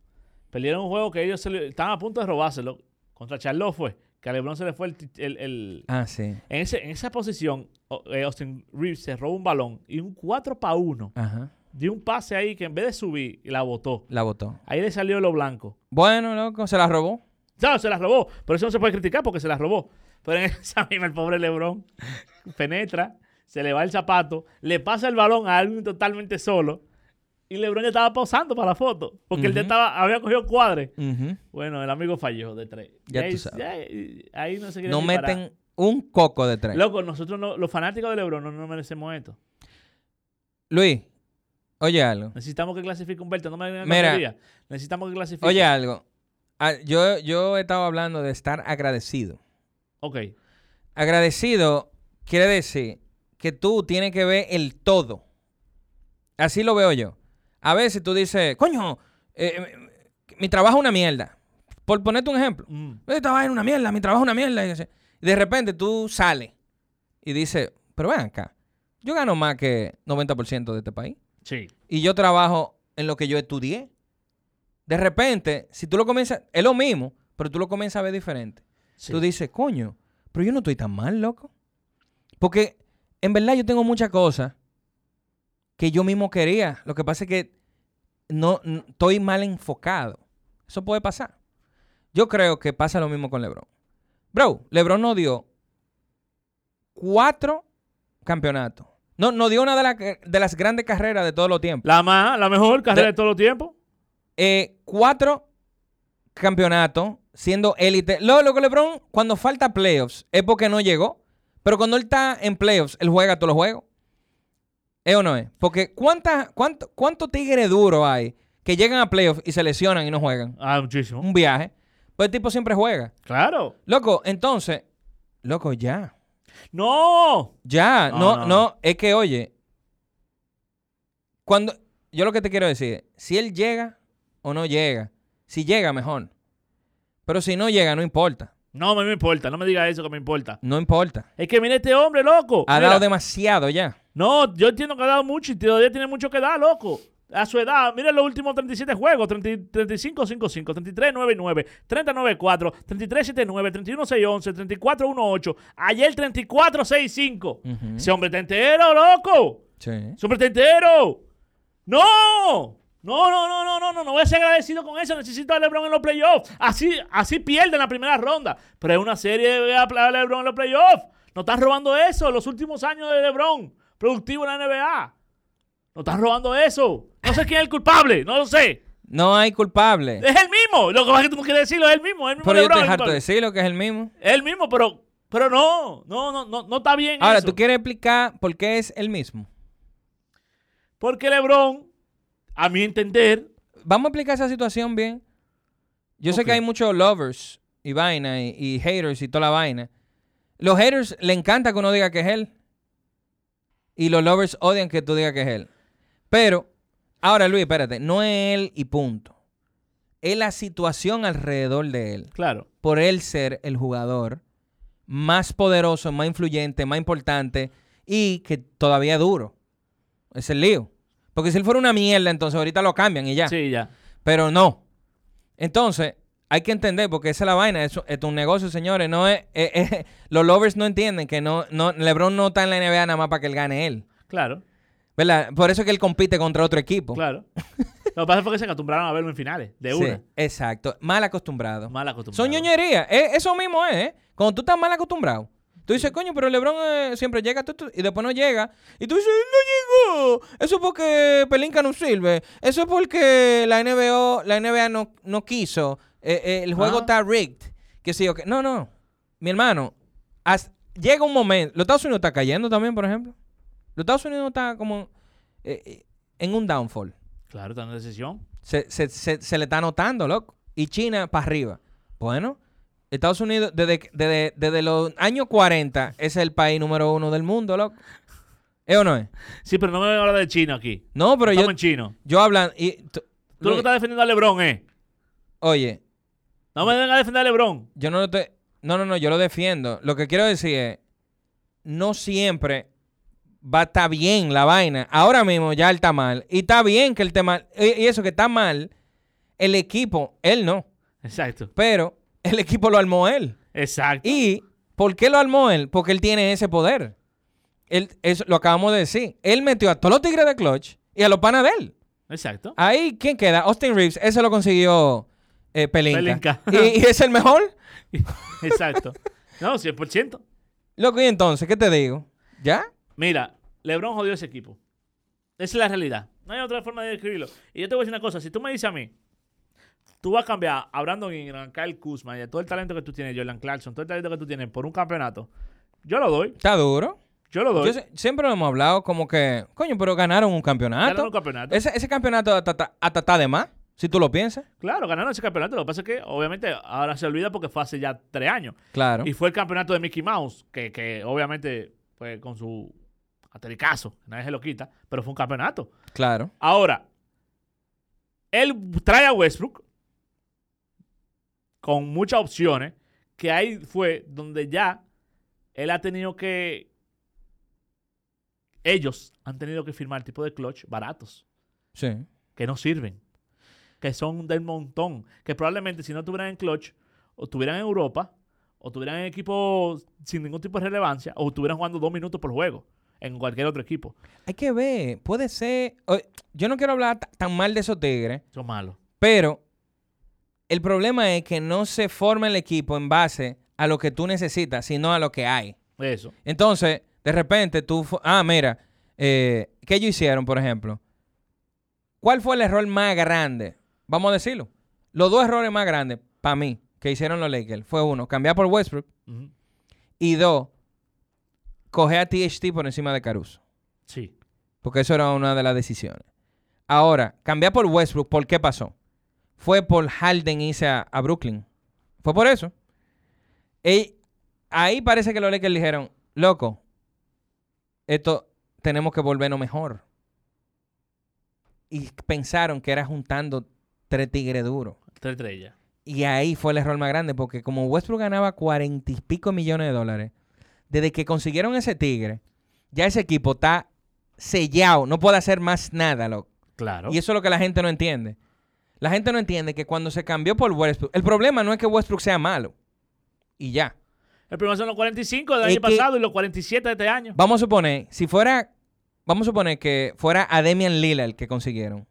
B: Perdieron un juego que ellos se le- estaban a punto de robárselo. Contra Charlotte fue. Que a LeBron se le fue el, ti- el- el-
A: Ah, sí.
B: en, ese- en esa posición, o- eh, Austin Reeves se robó un balón y un 4 para 1.
A: Ajá.
B: Dio un pase ahí que en vez de subir, la botó.
A: La votó.
B: Ahí le salió lo blanco.
A: Bueno, loco, se la robó.
B: Claro, se las robó. Pero eso no se puede criticar porque se las robó. Pero en *laughs* esa misma el pobre Lebron penetra, se le va el zapato, le pasa el balón a alguien totalmente solo. Y Lebron ya estaba posando para la foto. Porque él ya
A: Ujú.
B: estaba, había cogido cuadre.
A: Ujú.
B: Bueno, el amigo falló de tres.
A: Ya
B: Y ahí,
A: tú sabes.
B: ya, y ahí no se quiere
A: No
B: ni parar.
A: meten un coco de tres.
B: Loco, nosotros no- los fanáticos de Lebron no nos merecemos esto.
A: Luis, oye algo.
B: Necesitamos que clasifique Humberto. No me vengan
A: Mira.
B: tonterías. Necesitamos que clasifique.
A: Oye algo. Ah, yo, yo he estado hablando de estar agradecido.
B: Ok.
A: Agradecido quiere decir que tú tienes que ver el todo. Así lo veo yo. A veces tú dices, coño, eh, mi trabajo es una mierda. Por ponerte un ejemplo.
B: Mm.
A: Esta vaina es una mierda, mi trabajo es una mierda. Y así. Y de repente tú sales y dices, pero ven acá, yo gano más que 90% de este país.
B: Sí.
A: Y yo trabajo en lo que yo estudié. De repente, si tú lo comienzas, es lo mismo, pero tú lo comienzas a ver diferente.
B: sí.
A: Tú dices, coño, pero yo no estoy tan mal, loco. Porque en verdad yo tengo muchas cosas que yo mismo quería. Lo que pasa es que no, n- estoy mal enfocado. Eso puede pasar. Yo creo que pasa lo mismo con LeBron. Bro, LeBron no dio cuatro campeonatos. No, no dio una de, la- de las grandes carreras de todos los tiempos.
B: La, más, la mejor carrera de,
A: De-
B: todos los tiempos.
A: Eh, cuatro campeonatos siendo élite. Lo, lo que LeBron, cuando falta playoffs, es porque no llegó. Pero cuando él está en playoffs, él juega todos los juegos. ¿Es o no es? Porque ¿cuántas, cuánto, ¿cuántos tigres duros hay que llegan a playoffs y se lesionan y no juegan?
B: Ah, muchísimo.
A: Un viaje. Pero el tipo siempre juega.
B: Claro.
A: Loco, entonces, loco, ya.
B: No.
A: Ya,
B: No,
A: no,
B: no,
A: no,
B: no.
A: es que oye, cuando, yo lo que te quiero decir es, si él llega o no llega, si llega mejor, pero si no llega no importa,
B: No, me, me importa. No me diga eso que me importa.
A: no importa,
B: Es que mira este hombre, loco.
A: ha
B: Mira.
A: dado demasiado ya,
B: No, yo entiendo que ha dado mucho y todavía tiene mucho que dar, loco. A su edad, mira los últimos 37 juegos: 30, 35, 5, 5, 33, 9, 9, 39, 4, 33, 7, 9, 31, 6, 11, 34, 1, 8. Ayer 34, 6, 5.
A: Ujú.
B: Ese hombre está entero, loco.
A: sí,
B: Ese hombre está entero. ¡No! No, no, no, no, no, no, no voy a ser agradecido con eso. Necesito a LeBron en los playoffs. Así, así pierden la primera ronda. Pero es una serie de a a LeBron en los playoffs. No están robando eso. Los últimos años de LeBron, productivo en la NBA. No están robando eso. No sé quién es el culpable. No lo sé.
A: no hay culpable,
B: Es el mismo. Lo que pasa es que tú no quieres decirlo. Es el mismo. Es el mismo
A: pero yo
B: LeBron.
A: estoy harto de
B: es
A: decirlo que es el mismo.
B: el mismo, pero, pero no. No, no, no, no está bien
A: Ahora,
B: eso.
A: ¿tú quieres explicar por qué es el mismo?
B: Porque LeBron, a mi entender,
A: Vamos a explicar esa situación bien. Yo sé
B: Ok.
A: que hay muchos lovers y vaina y, y haters y toda la vaina. Los haters le encanta que uno diga que es él. Y los lovers odian que tú digas que es él. Pero, ahora Luis, espérate, no es él y punto. Es la situación alrededor de él.
B: claro.
A: Por él ser el jugador más poderoso, más influyente, más importante y que todavía es duro. Es el lío. Porque si él fuera una mierda, entonces ahorita lo cambian y ya.
B: Sí, ya.
A: Pero no. Entonces, hay que entender, porque esa es la vaina, eso- esto es un negocio, señores. No es, *laughs* eh, eh, los lovers no entienden que no, no, LeBron no está en la NBA nada más para que él gane él.
B: Claro.
A: ¿Verdad? Por eso es que él compite contra otro equipo.
B: Claro. Lo que pasa fue que se acostumbraron a verlo en finales, de
A: Sí,
B: una.
A: exacto. Mal acostumbrado.
B: Mal acostumbrado.
A: Son ñoñerías. Eh, eso mismo es, ¿eh? Cuando tú estás mal acostumbrado. Tú dices, coño, pero LeBron eh, siempre llega tú- tú", y después no llega. Y tú dices, no llegó. Eso es porque Pelinka no sirve. Eso es porque la NBA, la NBA no, no quiso. Eh, eh, el juego
B: Ah.
A: está rigged. Que sí, que No, no. Mi hermano, haz- llega un momento. Los Estados Unidos está cayendo también, por ejemplo. Los Estados Unidos está como eh, eh, en un downfall.
B: Claro, está en una decisión.
A: Se, se- se- se le está notando, loco. Y China para arriba. Bueno, Estados Unidos, desde, que- desde, desde los años 40, es el país número uno del mundo, loco. ¿Es o no es?
B: Sí, pero no me voy a hablar de chino aquí.
A: No, pero
B: Estamos
A: yo,
B: en chino.
A: yo hablando. Y, tú-
B: Tú lo que
A: Luis,
B: estás defendiendo a LeBron, ¿eh?
A: Oye,
B: No me vengas a defender a LeBron.
A: yo no lo estoy. No, no, no, yo lo defiendo. Lo que quiero decir es no siempre va a estar bien la vaina. Ahora mismo ya él está mal. Y está bien que él esté mal. Y y eso que está mal, el equipo, él no.
B: Exacto.
A: Pero el equipo lo armó él.
B: Exacto.
A: ¿Y por qué lo armó él? Porque él tiene ese poder. Él, eso lo acabamos de decir. Él metió a todos los tigres de clutch y a los panas de él.
B: Exacto. *laughs*
A: Ahí, ¿quién queda? Austin Reeves. Ese lo consiguió eh, Pelinka.
B: Pelinka.
A: *laughs* ¿Y, y es el mejor?
B: Exacto. No, 100%.
A: Loco, y entonces, ¿qué te digo? ¿Ya?
B: Mira, LeBron jodió ese equipo. Esa es la realidad. No hay otra forma de describirlo. Y yo te voy a decir una cosa. Si tú me dices a mí, tú vas a cambiar a Brandon Ingram, a Kyle Kuzma, y a todo el talento que tú tienes, Jordan Clarkson, todo el talento que tú tienes por un campeonato, yo lo doy.
A: Está duro.
B: Yo lo doy.
A: Yo ah, se- siempre lo hemos hablado como que, coño, pero ganaron un campeonato.
B: Ganaron un campeonato.
A: Ese, ese campeonato hasta está- hasta está de más, si tú lo piensas.
B: Claro, ganaron ese campeonato. Lo que pasa es que, obviamente, ahora se olvida porque fue hace ya tres años.
A: Claro.
B: Y fue el campeonato de Mickey Mouse, que, que obviamente, pues con su atericazo, nadie se lo quita, pero fue un campeonato.
A: Claro.
B: Ahora, él trae a Westbrook con muchas opciones, que ahí fue donde ya él ha tenido que... Ellos han tenido que firmar tipo de clutch baratos,
A: Sí.
B: que no sirven, que son del montón, que probablemente si no tuvieran en clutch, o tuvieran en Europa, o tuvieran en equipo sin ningún tipo de relevancia, o estuvieran jugando dos minutos por juego en cualquier otro equipo.
A: Hay que ver. Puede ser. o- Yo no quiero hablar t- tan mal de esos tigres,
B: Son malos.
A: pero el problema es que no se forma el equipo en base a lo que tú necesitas, sino a lo que hay.
B: Eso.
A: Entonces, de repente tú. fu- Ah, mira. eh, ¿Qué ellos hicieron, por ejemplo? ¿Cuál fue el error más grande? Vamos a decirlo. Los dos errores más grandes, para mí, que hicieron los Lakers, fue uno, cambiar por Westbrook.
B: Ujú.
A: Y dos, coger a THT por encima de Caruso.
B: Sí.
A: Porque eso era una de las decisiones. Ahora, cambiar por Westbrook, ¿por qué pasó? Fue por Harden irse a, a Brooklyn. Fue por eso. Y ahí parece que los Lakers dijeron, loco, esto tenemos que volvernos mejor. Y pensaron que era juntando tres tigres duros.
B: Tres estrellas.
A: Y ahí fue el error más grande, porque como Westbrook ganaba cuarenta y pico millones de dólares, desde que consiguieron ese tigre, ya ese equipo está sellado, no puede hacer más nada, loco.
B: Claro.
A: Y eso es lo que la gente no entiende. La gente no entiende que cuando se cambió por Westbrook, el problema no es que Westbrook sea malo. Y ya.
B: El primero son los 45 del
A: Es
B: año
A: que-
B: pasado y los 47 de este año.
A: Vamos a suponer, si fuera, vamos a suponer que fuera a Demian Lillard el que consiguieron.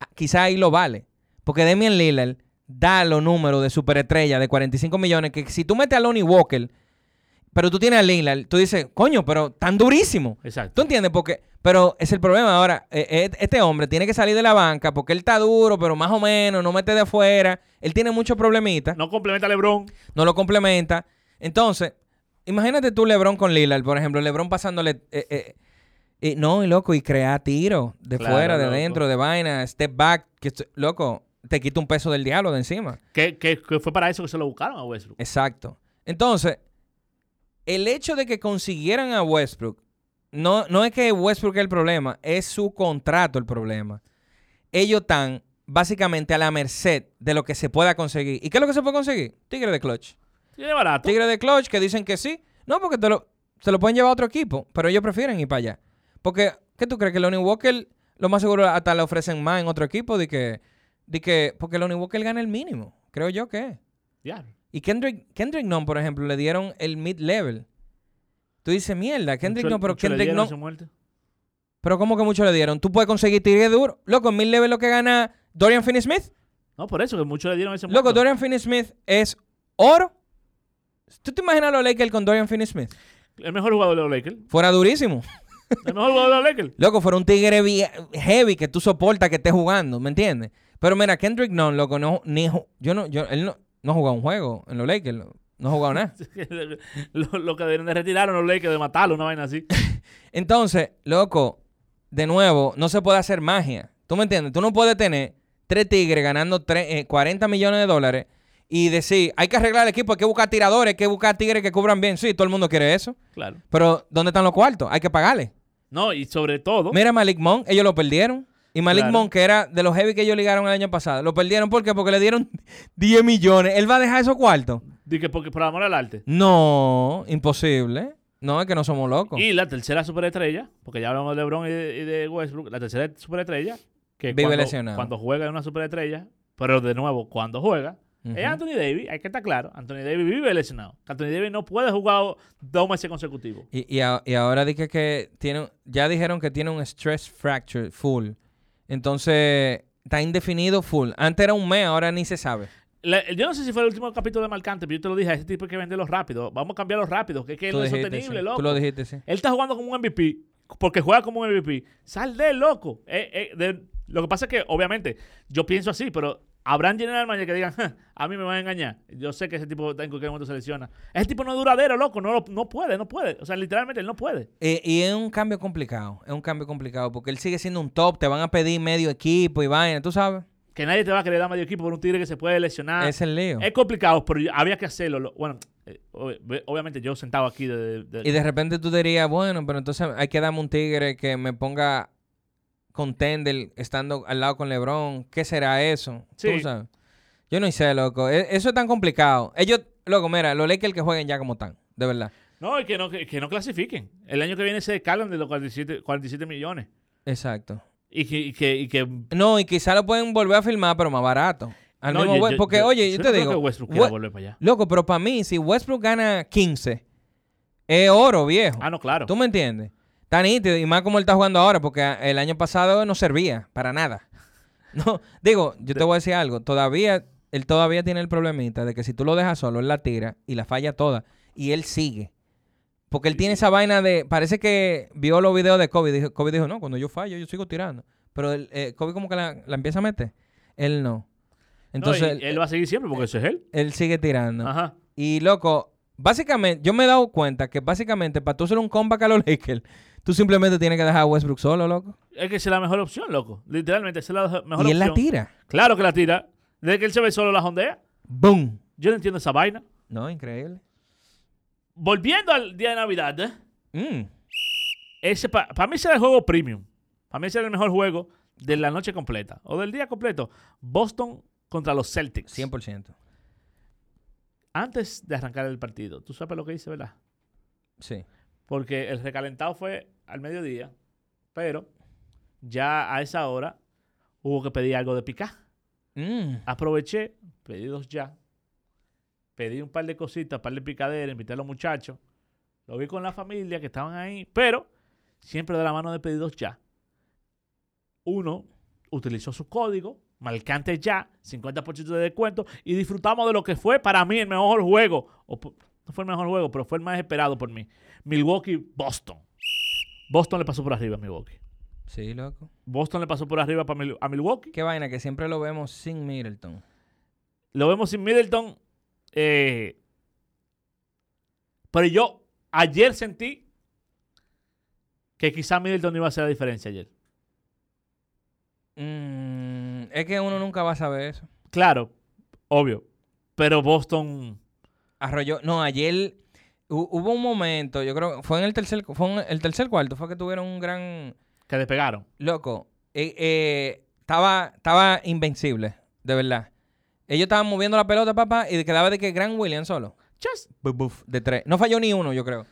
A: Ah, Quizá ahí lo vale. Porque Demian Lillard da los números de superestrella de 45 millones que si tú metes a Lonnie Walker, pero tú tienes a Lillard, tú dices, coño, pero tan durísimo. ¿Tú
B: Exacto.
A: entiendes? Porque, pero es el problema ahora. eh, eh, Este hombre tiene que salir de la banca porque él está duro, pero más o menos, no mete de afuera. Él tiene muchos problemitas
B: No complementa a LeBron.
A: no lo complementa. Entonces, imagínate tú LeBron con Lillard, por ejemplo, LeBron pasándole eh, eh, eh, no, y loco, y crea tiro de
B: Claro,
A: fuera, de
B: loco.
A: dentro, de vaina, step back, que esto- loco, te quita un peso del diablo de encima.
B: Que, que- que fue para eso que se lo buscaron a Westbrook.
A: Exacto. Entonces, el hecho de que consiguieran a Westbrook, no, no es que Westbrook es el problema, es su contrato el problema. Ellos están básicamente a la merced de lo que se pueda conseguir. ¿Y qué es lo que se puede conseguir? Tigre de clutch.
B: Tiene barato.
A: Tigre de Clutch que dicen que sí. No, porque te lo, se lo pueden llevar a otro equipo, pero ellos prefieren ir para allá. Porque, ¿qué tú crees? Que Lonnie Walker, lo más seguro, hasta le ofrecen más en otro equipo de que, de que porque Lonnie Walker gana el mínimo, creo yo que es.
B: Diablo.
A: Y Kendrick, Kendrick Nunn, por ejemplo, le dieron el mid-level. Tú dices, mierda, Kendrick
B: Mucho-
A: Nunn, pero
B: mucho le
A: Kendrick
B: dieron
A: Nunn...
B: su muerte.
A: Pero ¿cómo que mucho le dieron? ¿Tú puedes conseguir tigre duro? Loco, en mid-level lo que gana Dorian Finney-Smith.
B: No, por eso que muchos le dieron ese
A: Loco,
B: muerto.
A: Dorian Finney-Smith es oro. ¿Tú te imaginas a los Lakers con Dorian Finney-Smith?
B: El mejor jugador de los Lakers.
A: Fuera durísimo.
B: El mejor jugador de los Lakers.
A: Loco, fuera un tigre vi- heavy que tú soportas que esté jugando, ¿me entiendes? Pero mira, Kendrick no, loco, no, ni, ju- yo no, yo, él no, no ha jugado un juego en los Lakers, no, no ha jugado nada. *laughs*
B: *laughs* lo, lo que debieron de retirar a los Lakers, de matarlo, una vaina así.
A: Entonces, loco, de nuevo, no se puede hacer magia. ¿Tú me entiendes? Tú no puedes tener tres tigres ganando tres- eh, 40 millones de dólares y decir, hay que arreglar el equipo, hay que buscar tiradores, hay que buscar tigres que cubran bien. Sí, todo el mundo quiere eso.
B: Claro.
A: Pero, ¿dónde están los cuartos? Hay que pagarle.
B: No, y sobre todo,
A: Mira Malik Monk, ellos lo perdieron. Y Malik
B: Claro.
A: Monk, que era de los heavy que ellos ligaron el año pasado, lo perdieron ¿por qué? porque le dieron *laughs* 10 millones. ¿Él va a dejar esos cuartos?
B: di que porque por amor al arte.
A: No, imposible. No, es que no somos locos.
B: Y la tercera superestrella, porque ya hablamos de LeBron y de, y de Westbrook, la tercera superestrella, que
A: Vive
B: cuando,
A: lesionado.
B: cuando juega es una superestrella, pero de nuevo, cuando juega,
A: Ujú.
B: es Anthony Davis, hay que estar claro, Anthony Davis vive lesionado. Anthony Davis no puede jugar dos meses consecutivos.
A: Y, y a- y ahora dije que tiene, ya dijeron que tiene un stress fracture full. Entonces, está indefinido full. Antes era un mes, ahora ni se sabe.
B: La- yo no sé si fue el último capítulo de Marcante, pero yo te lo dije, a ese tipo hay que venderlo rápido, vamos a cambiarlo rápido, que es que él
A: Tú
B: no es
A: dijiste,
B: sostenible,
A: sí.
B: loco.
A: Tú lo dijiste, sí.
B: Él está jugando como un MVP, porque juega como un MVP. Sal de él, loco. Eh, eh, de- lo que pasa es que, obviamente, yo pienso así, pero habrán general manager que digan, *laughs* "Ja, a mí me van a engañar. Yo sé que ese tipo está en cualquier momento se lesiona. Ese tipo no es duradero, loco. No, lo- no puede, no puede. O sea, literalmente, él no puede.
A: Eh, y es un cambio complicado. Es un cambio complicado porque él sigue siendo un top. Te van a pedir medio equipo y vaina, tú sabes.
B: Que nadie te va a querer dar medio equipo por un tigre que se puede lesionar.
A: es el lío.
B: Ah, Es complicado, pero yo- había que hacerlo. lo- Bueno, eh, ob- obviamente yo sentado aquí de- de-
A: Y de repente tú dirías, bueno, pero entonces hay que darme un tigre que me ponga contender estando al lado con LeBron. ¿Qué será eso?
B: Sí.
A: Tú sabes. Yo no sé, loco. E- Eso es tan complicado. Ellos, loco, mira, los Lakers que jueguen ya como están, de verdad.
B: No, y que no, que, que no clasifiquen. El año que viene se descargan de los 47, 47 millones.
A: Exacto.
B: Y que- y que, y que
A: No, y quizá lo pueden volver a firmar, pero más barato. Al
B: No,
A: mismo
B: yo-
A: we-
B: yo-
A: porque,
B: yo-
A: oye, yo
B: yo no
A: te
B: creo
A: digo.
B: que Westbrook
A: we-
B: quiera volver para allá.
A: Loco, pero para mí, si Westbrook gana 15, es oro, viejo.
B: Ah, no, claro.
A: ¿Tú me entiendes? Tan nítido. Y más como él está jugando ahora, porque a- el año pasado no servía para nada. *laughs* No, digo, yo te voy a decir algo. Todavía, él todavía tiene el problemita de que si tú lo dejas solo, él la tira y la falla toda. Y él sigue. Porque él tiene esa vaina de. Parece que vio los videos de Kobe. Dijo, Kobe dijo, no, cuando yo fallo, yo sigo tirando. Pero el, eh, Kobe como que la, la empieza a meter. Él no.
B: No, y-
A: Entonces,
B: él,
A: él,
B: va a seguir siempre porque eso es él.
A: él sigue tirando.
B: Ajá.
A: Y loco, básicamente, yo me he dado cuenta que básicamente para tú hacer un comeback a los *laughs* Lakers, tú simplemente tienes que dejar a Westbrook solo, loco.
B: Es que esa es la mejor opción, loco. Literalmente, esa es la mejor opción.
A: y él la tira.
B: Claro que la tira. Desde que él se ve solo la jondea.
A: ¡Boom!
B: Yo no entiendo esa vaina.
A: No, increíble.
B: Volviendo al día de Navidad, ¿eh?
A: Mm.
B: ese para mí será el juego premium. Para mí será el mejor juego de la noche completa o del día completo. Boston contra los Celtics.
A: 100%.
B: Antes de arrancar el partido, tú sabes lo que hice, ¿verdad?
A: Sí.
B: Porque el recalentado fue al mediodía, pero ya a esa hora hubo que pedir algo de picar.
A: Mm.
B: Aproveché, pedí dos ya, pedí un par de cositas, un par de picaderas, invité a los muchachos, lo vi con la familia que estaban ahí, pero siempre de la mano de pedidos ya. Uno utilizó su código, Malcante ya, 50% de descuento, y disfrutamos de lo que fue para mí el mejor juego. O po- no fue el mejor juego, pero fue el más esperado por mí. Milwaukee-Boston. Boston le pasó por arriba a Milwaukee.
A: Sí, loco.
B: Boston le pasó por arriba pa Mil- a Milwaukee.
A: Qué vaina, que siempre lo vemos sin Middleton.
B: Lo vemos sin Middleton. eh, pero yo ayer sentí que quizá Middleton no iba a hacer la diferencia ayer.
A: Mm. Es que uno nunca va a saber eso.
B: Claro, obvio. Pero Boston.
A: Arrolló. No, ayer hu- hubo un momento, yo creo, fue en el tercer, fue en el tercer cuarto, fue que tuvieron un gran.
B: Que despegaron.
A: Loco, eh, eh, estaba, estaba invencible, de verdad. Ellos estaban moviendo la pelota, papá, y quedaba de que Gran William solo.
B: Just-
A: Buf, buf, de tres. No falló ni uno, yo creo.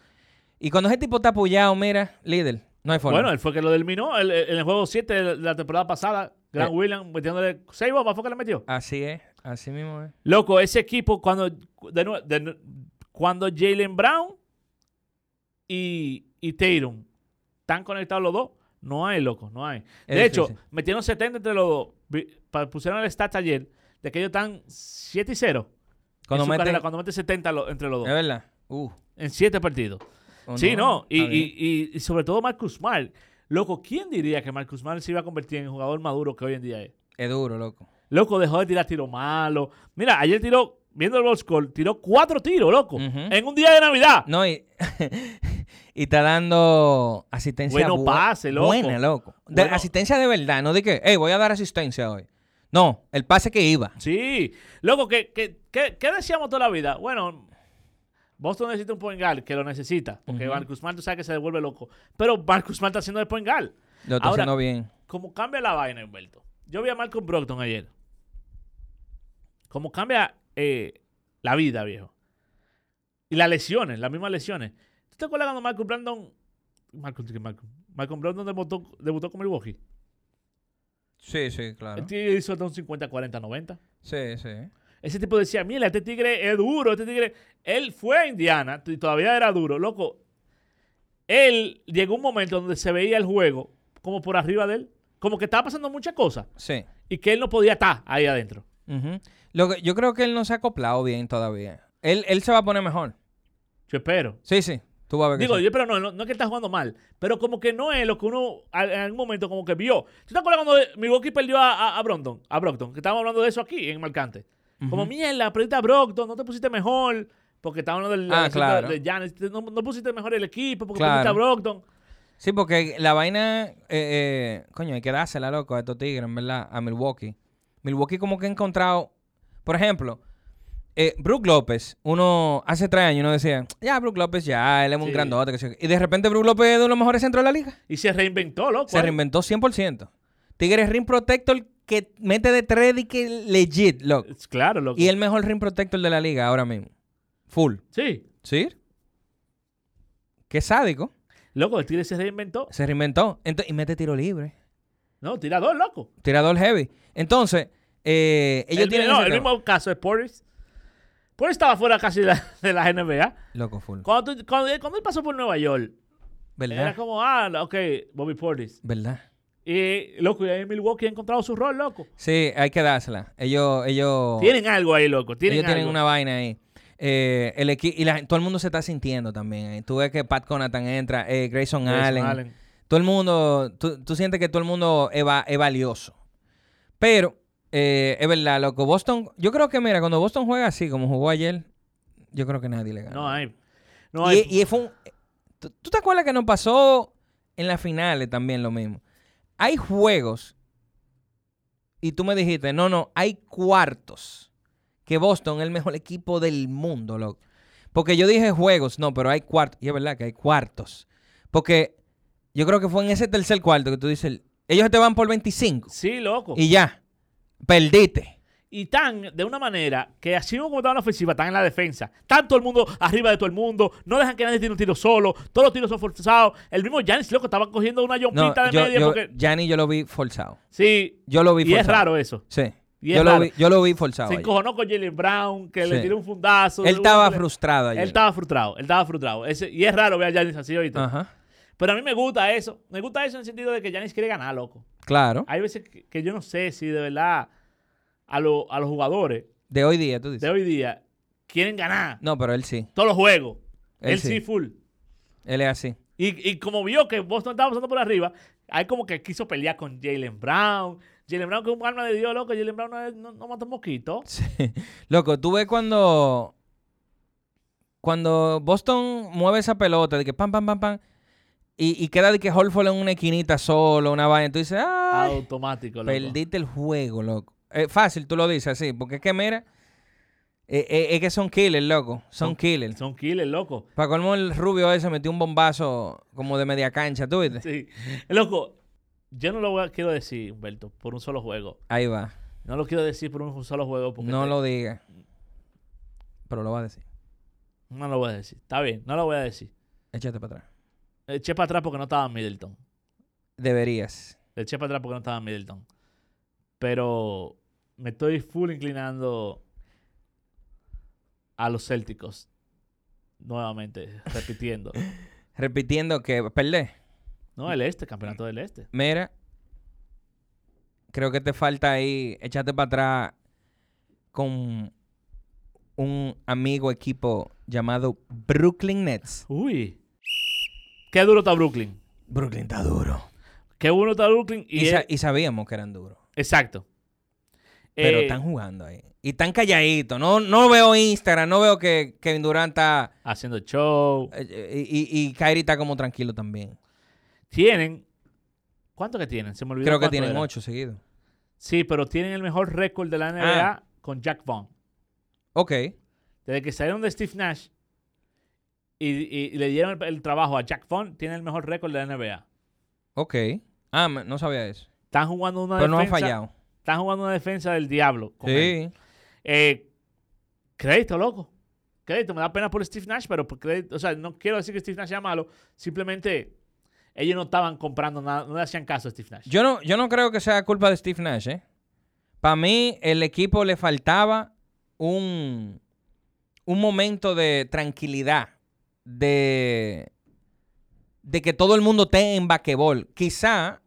A: Y cuando ese tipo está apoyado, mira, líder, no hay forma.
B: Bueno, él fue que lo eliminó el- el- en el juego 7 de la temporada pasada. Gran
A: Eh.
B: William metiéndole 6 bombas fue que le metió.
A: Así es, así mismo es.
B: Loco, ese equipo cuando de nue- de nue- cuando Jalen Brown y, y Tatum están conectados los dos, no hay, loco, no hay.
A: Es
B: De hecho,
A: difícil.
B: metieron 70 entre los dos. Vi- pa- Pusieron el stat ayer de que ellos están 7 y 0.
A: Cuando
B: en su
A: mete,
B: carrera, cuando mete 70 lo- entre los
A: es
B: dos.
A: verdad. Uh,
B: En 7 partidos.
A: oh,
B: sí, no. Y,
A: está bien.
B: y- y- y sobre todo Marcus Smart. Loco, ¿quién diría que Marcus Smart se iba a convertir en el jugador maduro que hoy en día es?
A: es duro, loco.
B: Loco, dejó de tirar tiro malo. Mira, ayer tiró, viendo el box score, tiró cuatro tiros, loco.
A: Ujú.
B: En un día de Navidad.
A: No, y, *laughs* y está dando asistencia.
B: Bueno,
A: bua-
B: pase, loco.
A: Buena, loco. De-
B: Bueno.
A: Asistencia de verdad, no de que, hey, voy a dar asistencia hoy. No, el pase que iba.
B: Sí. Loco, ¿qué, qué, qué- qué decíamos toda la vida? Bueno, Boston necesita un point guard, que lo necesita. Porque
A: Ujú.
B: Marcus Smart, tú sabes que se devuelve loco. Pero Marcus Smart está haciendo el point guard.
A: Lo está
B: Ahora-
A: haciendo bien.
B: Como cambia la vaina, Humberto. Yo vi a Malcolm Brogdon ayer. Como cambia eh, la vida, viejo. Y las lesiones, las mismas lesiones. ¿Tú te acuerdas cuando Malcolm Brandon. Malcolm, que Malcolm. Malcolm Brandon debutó, debutó con Milwaukee.
A: Sí, sí, claro.
B: El tigre hizo hasta un 50, 40, 90.
A: Sí, sí.
B: Ese tipo decía, mira, este tigre es duro, este tigre. Él fue a Indiana y todavía era duro, loco. Él llegó un momento donde se veía el juego como por arriba de él, como que estaba pasando muchas cosas
A: Sí.
B: y que él no podía estar ahí adentro.
A: Ujú. Lo que, yo creo que él no se ha acoplado bien todavía. Él, él se va a poner mejor.
B: Yo espero.
A: Sí, sí. Tú vas a ver que
B: Digo,
A: sí.
B: yo espero no, no, no es que está jugando mal, pero como que no es lo que uno al- en algún momento como que vio. ¿Tú te acuerdas cuando Milwaukee perdió a, a, a Brogdon? A Brogdon, que estábamos hablando de eso aquí en Marcante. Como, mierda, perdiste a Brogdon, no te pusiste mejor, porque estábamos hablando del
A: Ah,
B: de,
A: claro.
B: de Giannis, no, no pusiste mejor el equipo, porque
A: Claro.
B: perdiste a Brogdon.
A: Sí, porque la vaina, eh, eh, coño, hay que dársela, loco, a estos tigres, en verdad, a Milwaukee. Milwaukee como que ha encontrado, por ejemplo, eh, Brook López, uno, hace tres años uno decía, ya, Brook López, ya, él es un
B: Sí.
A: grandote, que sé yo". y de repente Brook López es uno de los mejores centros de la liga.
B: Y se reinventó, loco. ¿eh?
A: Se reinventó 100%. Tigres Rim Protector que mete de tres y que legit, loco.
B: Es Claro, loco.
A: Y el mejor Rim Protector de la liga ahora mismo. Full.
B: Sí.
A: ¿Sí? Qué sádico.
B: Loco, el tigre se reinventó.
A: Se reinventó. Ento- y mete tiro libre.
B: No, tirador, loco.
A: Tirador heavy. Entonces, eh, ellos
B: el,
A: tienen.
B: no,
A: ese
B: el
A: tema.
B: mismo caso de Porris. Porris estaba fuera casi de la, de la NBA.
A: Loco full.
B: Cuando, tú- cuando, él- cuando él pasó por Nueva York, era
A: ¿Verdad?
B: como, ah, ok, Bobby Portis.
A: ¿Verdad?
B: Y, loco, y ahí Milwaukee ha encontrado su rol, loco.
A: Sí, hay que dársela. Ellos, ellos,
B: Tienen algo ahí, loco. Tienen
A: Oh. ellos tienen
B: algo.
A: una vaina ahí. Eh, el equi- y la- todo el mundo se está sintiendo también. ahí. Tú ves que Pat Conatan entra, eh, Grayson,
B: Grayson
A: Allen.
B: Allen.
A: Todo el mundo, tú, tú sientes que todo el mundo es, va- es valioso. Pero, eh, es verdad, loco. Boston, yo creo que, mira, cuando Boston juega así como jugó ayer, yo creo que nadie le gana.
B: No hay. No
A: Ah. y,
B: hay.
A: y fue un- ¿Tú, tú te acuerdas que nos pasó en las finales también lo mismo? Hay juegos. Y tú me dijiste, no, no, hay cuartos. Que Boston es el mejor equipo del mundo, loco. Porque yo dije juegos, no, pero hay cuartos. Y es verdad que hay cuartos. Porque yo creo que fue en ese tercer cuarto que tú dices, ellos te van por 25.
B: sí, loco. Y,
A: Y ya, perdiste.
B: tan, de una manera, que así como estaban en la ofensiva, están en la defensa. Están todo el mundo arriba de todo el mundo. No dejan que nadie tire un tiro solo. Todos los tiros son forzados. El mismo Janis, loco, estaba cogiendo una
A: No,
B: yompita de
A: yo,
B: media
A: yo,
B: porque...
A: Gianni yo lo vi forzado.
B: Sí,
A: Yo lo vi
B: y
A: forzado.
B: es raro eso.
A: Sí.
B: Y
A: yo,
B: es
A: lo
B: raro.
A: vi, yo lo vi forzado.
B: Se
A: ayer.
B: encojonó con Jalen Brown, que le
A: Sí.
B: tiró un fundazo.
A: Él
B: Un-
A: estaba
B: le-
A: frustrado ayer.
B: Él estaba frustrado, él estaba frustrado. Ese- y es raro ver a Giannis así ahorita.
A: Ajá.
B: Pero a mí me gusta eso. Me gusta eso en el sentido de que Giannis quiere ganar, loco.
A: Claro.
B: Hay veces que, que yo no sé si de verdad a, lo- a los jugadores
A: De hoy día, tú
B: de
A: dices.
B: hoy día quieren ganar
A: No, pero él sí.
B: todos los juegos.
A: Él
B: Él, sí.
A: sí.
B: full.
A: Él es así. *laughs*
B: Y, y como vio que Boston estaba pasando por arriba, hay como que quiso pelear con Jalen Brown. Jalen Brown que es un alma de Dios, loco. Jalen Brown no, es- no- no mata un mosquito.
A: Sí. Loco, tú ves cuando. Cuando Boston mueve esa pelota de que pam, pam, pam, pam. Y, y queda de que Holford en una esquinita solo, una vaina. Tú dices, ¡ay!
B: Automático, loco.
A: Perdiste el juego, loco. Eh, fácil, tú lo dices así. Porque es que, mira. eh, eh, es que son killers, loco. Son
B: Son-
A: killers.
B: Son killers, loco.
A: Para colmo, el rubio ese metió un bombazo como de media cancha, ¿tú viste?
B: *laughs* Sí. Loco, yo no lo voy a- quiero decir, Humberto, por un solo juego.
A: Ahí va.
B: No lo quiero decir por un solo juego porque
A: No
B: te-
A: lo diga. Pero lo va a decir.
B: no lo voy a decir. Está bien, no lo voy a decir.
A: Échate para atrás.
B: Le Eché para atrás porque no estaba Middleton.
A: Deberías.
B: Le Eché para atrás porque no estaba Middleton. Pero me estoy full inclinando a los Célticos. Nuevamente,
A: *laughs*
B: repitiendo.
A: Repitiendo que perdé.
B: No, el este, campeonato del este.
A: Mira, creo que te falta ahí échate para atrás con un amigo equipo llamado Brooklyn Nets.
B: Uy. Qué duro está Brooklyn.
A: Brooklyn está duro.
B: Qué duro está Brooklyn. Y
A: Y, sa-
B: es-
A: y sabíamos que eran duros.
B: Exacto.
A: Pero
B: Eh,
A: están jugando ahí. Y están calladitos. No, no veo Instagram. No veo que Kevin Durant está...
B: haciendo show.
A: eh, eh, Y, y, y Kyrie está como tranquilo también.
B: Tienen. ¿Cuánto que tienen? Se me olvidó.
A: Creo que
B: cuánto
A: tienen
B: era.
A: ocho seguidos.
B: Sí, pero tienen el mejor récord de la NBA
A: Ah.
B: con Jack Vaughn.
A: Ok.
B: Desde que salieron de Steve Nash y, y- y le dieron el, el trabajo a Jack Vaughn, tienen el mejor récord de la NBA.
A: Ok. Ah, me- no sabía eso.
B: Están jugando una
A: Pero no han
B: defensa.
A: fallado.
B: Están jugando una defensa del diablo. con él.
A: Sí.
B: Eh, crédito, loco. crédito. Me da pena por Steve Nash, pero por crédito. O sea, no quiero decir que Steve Nash sea malo. Simplemente ellos no estaban comprando nada, no le hacían caso a Steve Nash.
A: Yo no, yo no creo que sea culpa de Steve Nash, ¿eh? Para mí, el equipo le faltaba un, un momento de tranquilidad, de, de que todo el mundo esté en basquetbol. Quizá,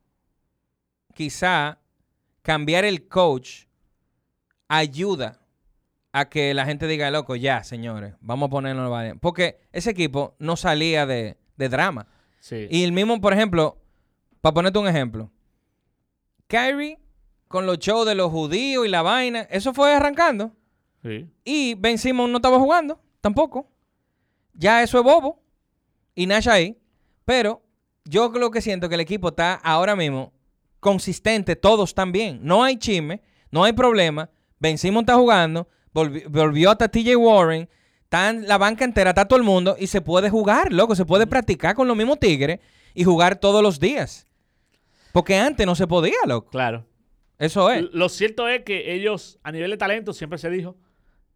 A: quizá cambiar el coach ayuda a que la gente diga, loco, ya, señores, vamos a ponernos en el balance". Porque ese equipo no salía de, de drama.
B: sí.
A: Y el mismo, por ejemplo, para ponerte un ejemplo, Kyrie con los shows de los judíos y la vaina, eso fue arrancando.
B: sí.
A: Y Ben Simmons no estaba jugando, tampoco. Ya eso es bobo. Y Nash ahí. Pero yo lo que siento que el equipo está ahora mismo consistente, todos están bien. No hay chisme, no hay problema. Ben Simmons está jugando, volvi- volvió hasta TJ Warren. Está en la banca entera, está todo el mundo y se puede jugar, loco. Se puede practicar con los mismos tigres y jugar todos los días. Porque antes no se podía, loco.
B: Claro.
A: Eso es.
B: L- Lo cierto es que ellos, a nivel de talento, siempre se dijo,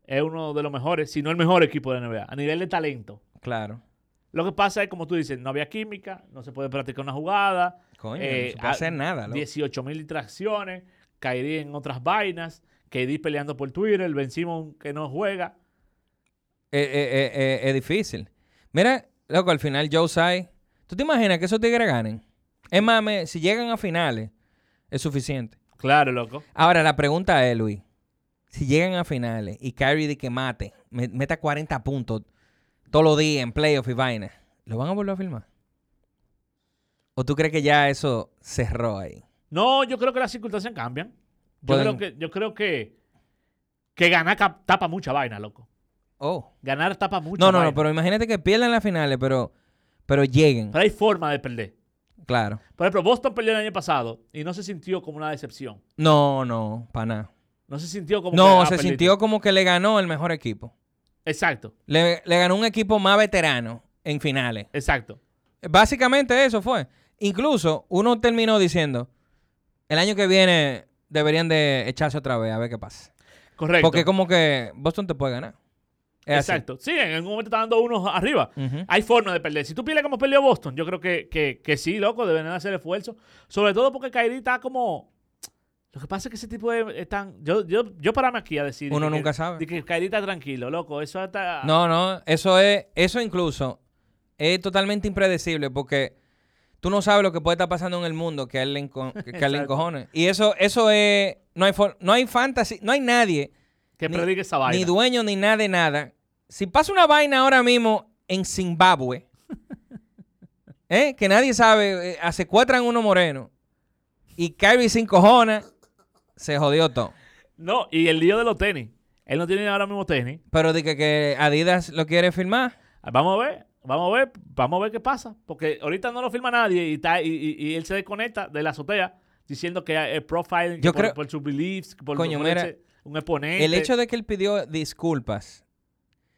B: es uno de los mejores, si no el mejor equipo de la NBA, a nivel de talento.
A: Claro.
B: Lo que pasa es, como tú dices, no había química, no se puede practicar una jugada,
A: Coño,
B: Eh,
A: no se puede
B: a-
A: hacer nada, loco.
B: 18 mil distracciones, Kairi en otras vainas, KD peleando por Twitter, el Ben Simon que no juega.
A: Eh, eh, eh, eh, es difícil. Mira, loco, al final Joe Sai. ¿Tú te imaginas que esos tigres ganen? Es más, me- si llegan a finales, es suficiente.
B: Claro, loco.
A: Ahora, la pregunta es, Luis. Si llegan a finales y Kyrie de que mate, me- meta 40 puntos todos los días en playoff y vaina, ¿lo van a volver a filmar? ¿O tú crees que ya eso cerró ahí?
B: No, yo creo que las circunstancias cambian. Yo
A: Pueden-
B: creo que, yo creo que, que ganar cap- tapa mucha vaina, loco.
A: Oh.
B: Ganar tapa mucha
A: No, no,
B: vaina.
A: no, pero imagínate que pierdan las finales, pero, pero lleguen.
B: pero hay forma de perder.
A: Claro.
B: Por ejemplo, Boston perdió el año pasado y no se sintió como una decepción.
A: No, no, para nada.
B: No se sintió como que,
A: No,
B: ah,
A: se
B: perdiste.
A: sintió como que le ganó el mejor equipo.
B: Exacto,
A: Le, le ganó un equipo más veterano en finales.
B: exacto.
A: Básicamente eso fue. Incluso uno terminó diciendo, el año que viene deberían de echarse otra vez a ver qué pasa.
B: Correcto.
A: Porque como que Boston te puede ganar. Es así.
B: Exacto. Sí, en algún momento está dando unos arriba.
A: Ujú.
B: Hay forma de perder. Si tú pierdes como perdió Boston, yo creo que, que, que sí, loco, deben hacer esfuerzo. Sobre todo porque Kyrie está como. Lo que pasa es que ese tipo de. Están, yo, yo, yo parame aquí a decir.
A: Uno
B: de que-
A: nunca sabe.
B: De que Kyrie está tranquilo, loco. Eso está.
A: No, no, eso es, eso incluso es totalmente impredecible porque tú no sabes lo que puede estar pasando en el mundo que a él le, enco- que a él le
B: Exacto.
A: encojone. Y eso, eso es, no hay, for- no hay fantasy, no hay nadie
B: Que
A: ni-
B: predique esa vaina.
A: Ni dueño, ni nada de nada. Si pasa una vaina ahora mismo en
B: *laughs*
A: Zimbabue, ¿eh? que nadie sabe, eh, a secuestran uno moreno y Kyrie sin cojones, se jodió todo.
B: No, y el lío de los tenis. Él no tiene ahora mismo tenis.
A: Pero de que, que Adidas lo quiere firmar,
B: Vamos a ver, vamos a ver, vamos a ver qué pasa. Porque ahorita no lo firma nadie y, está, y, y- y él se desconecta de la azotea diciendo que el profile
A: Yo
B: por,
A: creo-
B: por sus beliefs, por,
A: Coño,
B: por
A: mira,
B: ese- un exponente.
A: el hecho de que él pidió disculpas,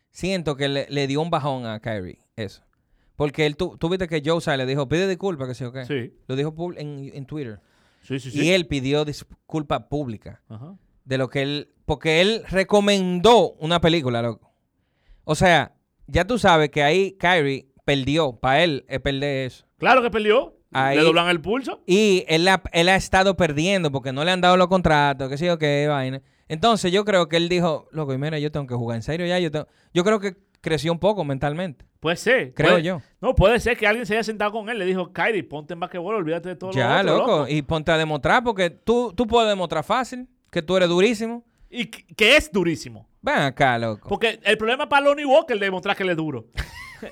A: siento que le, le dio un bajón a Kyrie, eso. Porque él, tu- tú, viste que Joe Sy le dijo, pide disculpas, que sí o qué.
B: Sí,
A: Lo dijo pub- en, en Twitter.
B: sí, sí.
A: Y
B: sí.
A: él pidió disculpas públicas.
B: Ajá.
A: de lo que él. Porque él recomendó una película, loco. O sea, ya tú sabes que ahí Kyrie perdió. Para él es perder eso.
B: Claro que perdió.
A: Ahí-
B: Le doblan el pulso.
A: Y él ha, él ha estado perdiendo porque no le han dado los contratos, qué sé yo, qué vaina. Entonces yo creo que él dijo, loco, y mira, yo tengo que jugar en serio ya. Yo, tengo... yo creo que creció un poco mentalmente.
B: Puede ser.
A: Creo
B: puede-
A: yo.
B: No, puede ser que alguien se haya sentado con él. Le dijo, Kyrie, ponte en basquetbol, olvídate de todo
A: ya,
B: lo otro,
A: loco. Y ponte a demostrar porque tú, tú puedes demostrar fácil que tú eres durísimo.
B: Y que que es durísimo.
A: Ven acá, loco.
B: Porque el problema para Lonnie Walker es demostrar que él es duro. *laughs* E-,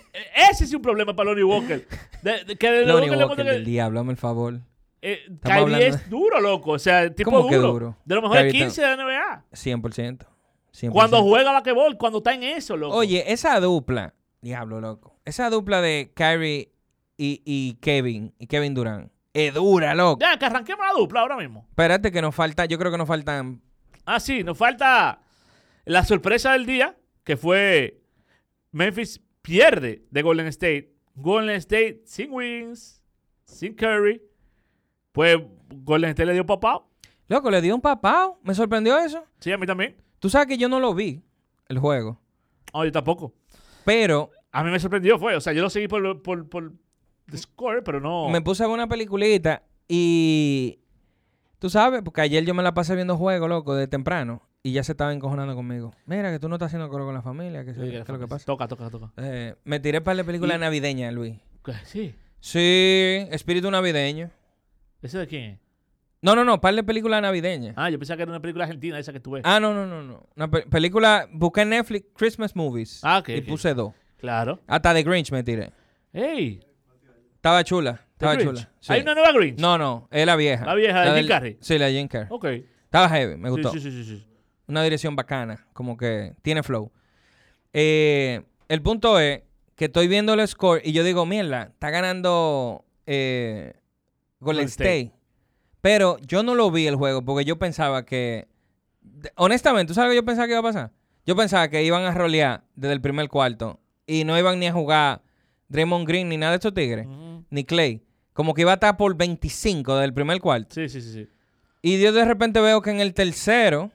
B: Ese sí es un problema para Lonnie Walker. De- de- que Lonnie
A: Lonnie
B: Walker le
A: Walker
B: demuestre que-
A: del diablo, hazme el favor.
B: Eh,
A: Estamos
B: Kyrie
A: hablando-
B: es duro, loco. O sea, tipo
A: ¿Cómo
B: duro.
A: que duro?
B: De lo mejor de
A: Kyrie
B: 15 de la NBA.
A: 100%. 100%.
B: Cuando juega basquetbol, cuando está en eso, loco.
A: pues Oye, esa dupla, diablo loco, esa dupla de Kyrie y, y Kevin, y Kevin Durant, es dura, loco.
B: Ya, que arranquemos la dupla ahora mismo.
A: Espérate que nos falta, yo creo que nos faltan,
B: Ah, sí, nos falta la sorpresa del día, que fue Memphis pierde de Golden State. Golden State sin wins, sin Curry. Pues Golden State le dio papá.
A: loco, le dio un papao, me sorprendió eso.
B: Sí, a mí también.
A: Tú sabes que yo no lo vi, el juego.
B: Oh, yo tampoco.
A: Pero
B: A mí me sorprendió, fue. O sea, yo lo seguí por, por, por The Score, pero no.
A: me puse a ver una peliculita y. Tú sabes, porque ayer yo me la pasé viendo juegos, loco, de temprano. Y ya se estaba encojonando conmigo. Mira, que tú no estás haciendo coro con la familia, que,
B: Sí,
A: sé yo,
B: que
A: qué es lo que pasa.
B: Toca, toca, toca.
A: Eh, me tiré para la película
B: Y-
A: navideña, Luis.
B: Sí.
A: Sí, espíritu navideño.
B: ¿Ese de quién es?
A: No, no, no, par de películas navideñas. Ah,
B: Ah, yo pensaba que era una película argentina esa que tú ves.
A: no, no, no, no. Una pe- película, busqué en Netflix Christmas Movies.
B: Ah, ok,
A: Y
B: ok.
A: puse dos.
B: Claro.
A: Hasta The Grinch me tiré.
B: ¡Ey!
A: Estaba chula,
B: The
A: estaba
B: Grinch.
A: chula. Sí.
B: Hay una nueva Grinch.
A: No, no, es la vieja.
B: La vieja, de Jim
A: del-
B: Carrey.
A: Sí, la de Jim Carrey.
B: Ok. Sí,
A: Estaba heavy, me gustó.
B: Sí, sí, sí, sí.
A: Una dirección bacana, como que tiene flow. Eh, el punto es que estoy viendo el score y yo digo, mierda, está ganando eh, Golden
B: Golden State.
A: State. Pero yo no lo vi el juego porque yo pensaba que... de- Honestamente, ¿tú sabes lo que yo pensaba que iba a pasar? Yo pensaba que iban a rolear desde el primer cuarto y no iban ni a jugar Draymond Green ni nada de estos tigres,
B: Mm.
A: ni Clay. Como que iba a estar por 25 desde el primer cuarto.
B: Sí, sí, sí, sí.
A: Y yo de repente veo que en el tercero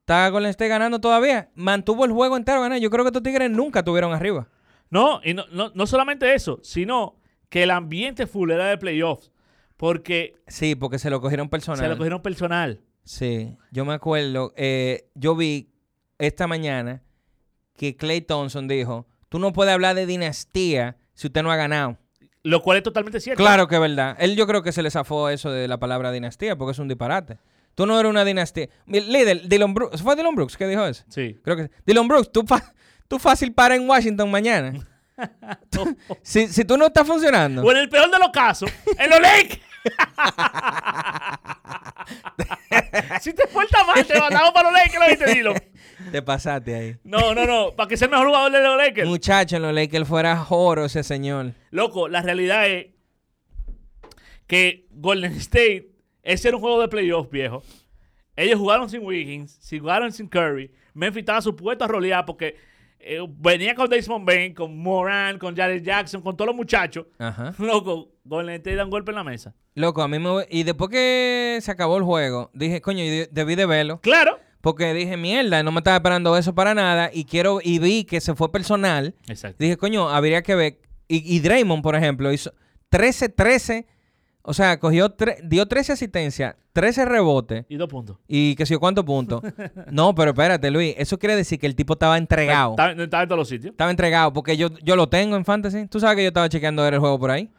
A: está Golden State ganando todavía. Mantuvo el juego entero ganando. Yo creo que estos Tigres nunca estuvieron arriba.
B: No, y no, no, no solamente eso, sino que el ambiente full era de playoffs. Porque
A: Sí, porque se lo cogieron personal.
B: se lo cogieron personal.
A: Sí, yo me acuerdo. eh, yo vi esta mañana que Clay Thompson dijo: Tú no puedes hablar de dinastía si usted no ha ganado.
B: Lo cual es totalmente cierto.
A: Claro que es verdad. Él yo creo que se le zafó eso de la palabra dinastía porque es un disparate. Tú no eres una dinastía. Mi Líder, Dylan Brooks. ¿Fue Dylan Brooks que dijo eso?
B: Sí.
A: Creo que sí. Dylan Brooks, tú, fa- tú fácil para en Washington mañana.
B: *laughs*
A: Tú- si, si tú no estás funcionando.
B: O en el peor de los
A: *laughs*
B: casos, en los Lakers. *laughs* si te falta más, te mandamos para los Lakers, lo viste, Dilo.
A: Te pasaste ahí.
B: No, no, no. Para que sea el mejor jugador de los Lakers.
A: Muchacho, en los Lakers fuera joro ese señor.
B: Loco, la realidad es que Golden State, ese era un juego de playoffs, viejo. Ellos jugaron sin Wiggins, si jugaron sin Curry. Memphis estaba supuesto a rolear porque eh, venía con Desmond Bain, con Moran, con Jared Jackson, con todos los muchachos. *laughs*
A: Ajá.
B: Loco, Golden State da un golpe en la mesa.
A: Loco, a mí me... hu- Y después que se acabó el juego, dije, coño, yo debí de verlo.
B: Claro.
A: Porque dije, mierda, no me estaba esperando eso para nada. Y quiero... Y vi que se fue personal.
B: Exacto.
A: Dije, coño, habría que ver. Y, y Draymond, por ejemplo, hizo 13-13. O sea, cogió tre- dio 13 asistencias, 13 rebotes.
B: Y dos puntos.
A: Y qué sé yo cuántos puntos. No, pero espérate, Luis. Eso quiere decir que el tipo estaba entregado.
B: Estaba, estaba en todos los sitios.
A: Estaba entregado porque yo, yo lo tengo en Fantasy. Tú sabes que yo estaba chequeando ver el juego por ahí.